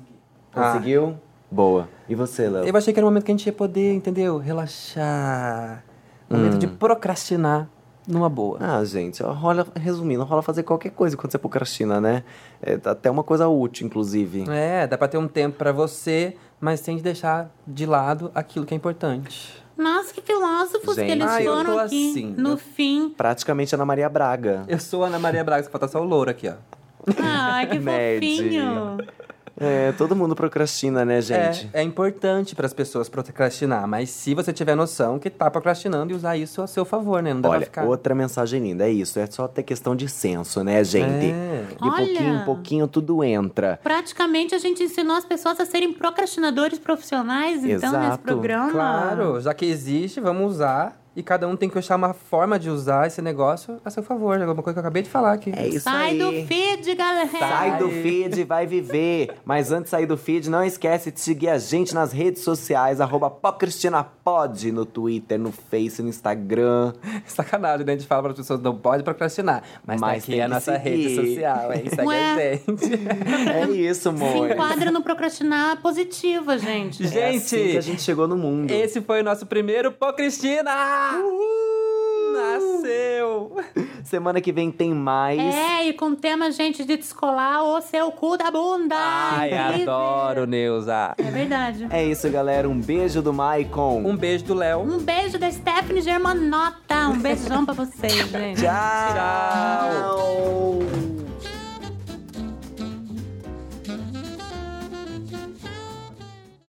Speaker 2: Consegui.
Speaker 4: Conseguiu? Boa. E você, Léo?
Speaker 2: eu Hum. achei que era o momento que a gente ia poder, entendeu? Relaxar. Momento de Um procrastinar. Numa boa.
Speaker 4: Ah, gente, ó, rola, resumindo, rola fazer qualquer coisa quando você procrastina, né? É, tá até uma coisa útil, inclusive.
Speaker 2: É, dá pra ter um tempo pra você, mas tem que deixar de lado aquilo que é importante.
Speaker 3: Nossa, que filósofos que
Speaker 4: Gente.
Speaker 3: eles
Speaker 2: Ah, eu
Speaker 3: foram
Speaker 2: tô
Speaker 3: aqui.
Speaker 2: assim,
Speaker 3: no
Speaker 2: eu-
Speaker 3: fim.
Speaker 4: Praticamente Ana Maria Braga.
Speaker 2: Eu sou Ana Maria Braga, só falta só o louro aqui, ó.
Speaker 3: Ai, que
Speaker 4: Nerd.
Speaker 3: fofinho.
Speaker 4: É, todo mundo procrastina, né, gente?
Speaker 2: É, é importante pras pessoas procrastinar, mas se você tiver noção que tá procrastinando e usar isso a seu favor, né? Não dá pra
Speaker 4: Olha,
Speaker 2: ficar.
Speaker 4: outra mensagem linda, é isso. É só ter questão de senso, né, gente?
Speaker 2: É.
Speaker 4: De
Speaker 3: Olha.
Speaker 4: pouquinho em pouquinho tudo entra.
Speaker 3: Praticamente a gente ensinou as pessoas a serem procrastinadores profissionais, então, nesse
Speaker 4: Exato,
Speaker 3: programa.
Speaker 2: Claro, já que existe, vamos usar. E cada um tem que achar uma forma de usar esse negócio a seu favor. É alguma coisa que eu acabei de falar aqui.
Speaker 4: É isso
Speaker 3: Sai
Speaker 4: aí.
Speaker 3: do feed, galera.
Speaker 4: Sai do feed, vai viver. Mas antes de sair do feed, não esquece de seguir a gente nas redes sociais, arroba popcristinapod, no Twitter, no Face, no Instagram.
Speaker 2: Sacanagem, né? A gente fala para as pessoas, não pode procrastinar. Mas,
Speaker 4: Mas
Speaker 2: tá
Speaker 4: tem
Speaker 2: aqui é a
Speaker 4: que
Speaker 2: nossa
Speaker 4: seguir.
Speaker 2: rede social, hein? Segue
Speaker 3: Ué.
Speaker 2: a gente.
Speaker 4: É isso,
Speaker 3: Se
Speaker 4: amor.
Speaker 3: enquadra no procrastinar positiva, gente.
Speaker 2: Gente, É.
Speaker 4: É assim que a gente chegou no mundo.
Speaker 2: esse foi o nosso primeiro Pô Cristina! Nasceu!
Speaker 4: Semana que vem tem mais.
Speaker 3: É, e com tema, gente, de descolar o seu cu da bunda.
Speaker 2: Ai,
Speaker 3: Incrível.
Speaker 2: adoro, Neuza!
Speaker 3: É verdade.
Speaker 4: É isso, galera. Um beijo do Maicon.
Speaker 2: Um beijo do Léo.
Speaker 3: Um beijo da é Stephanie Germanota. Um beijão pra vocês, gente.
Speaker 4: Tchau.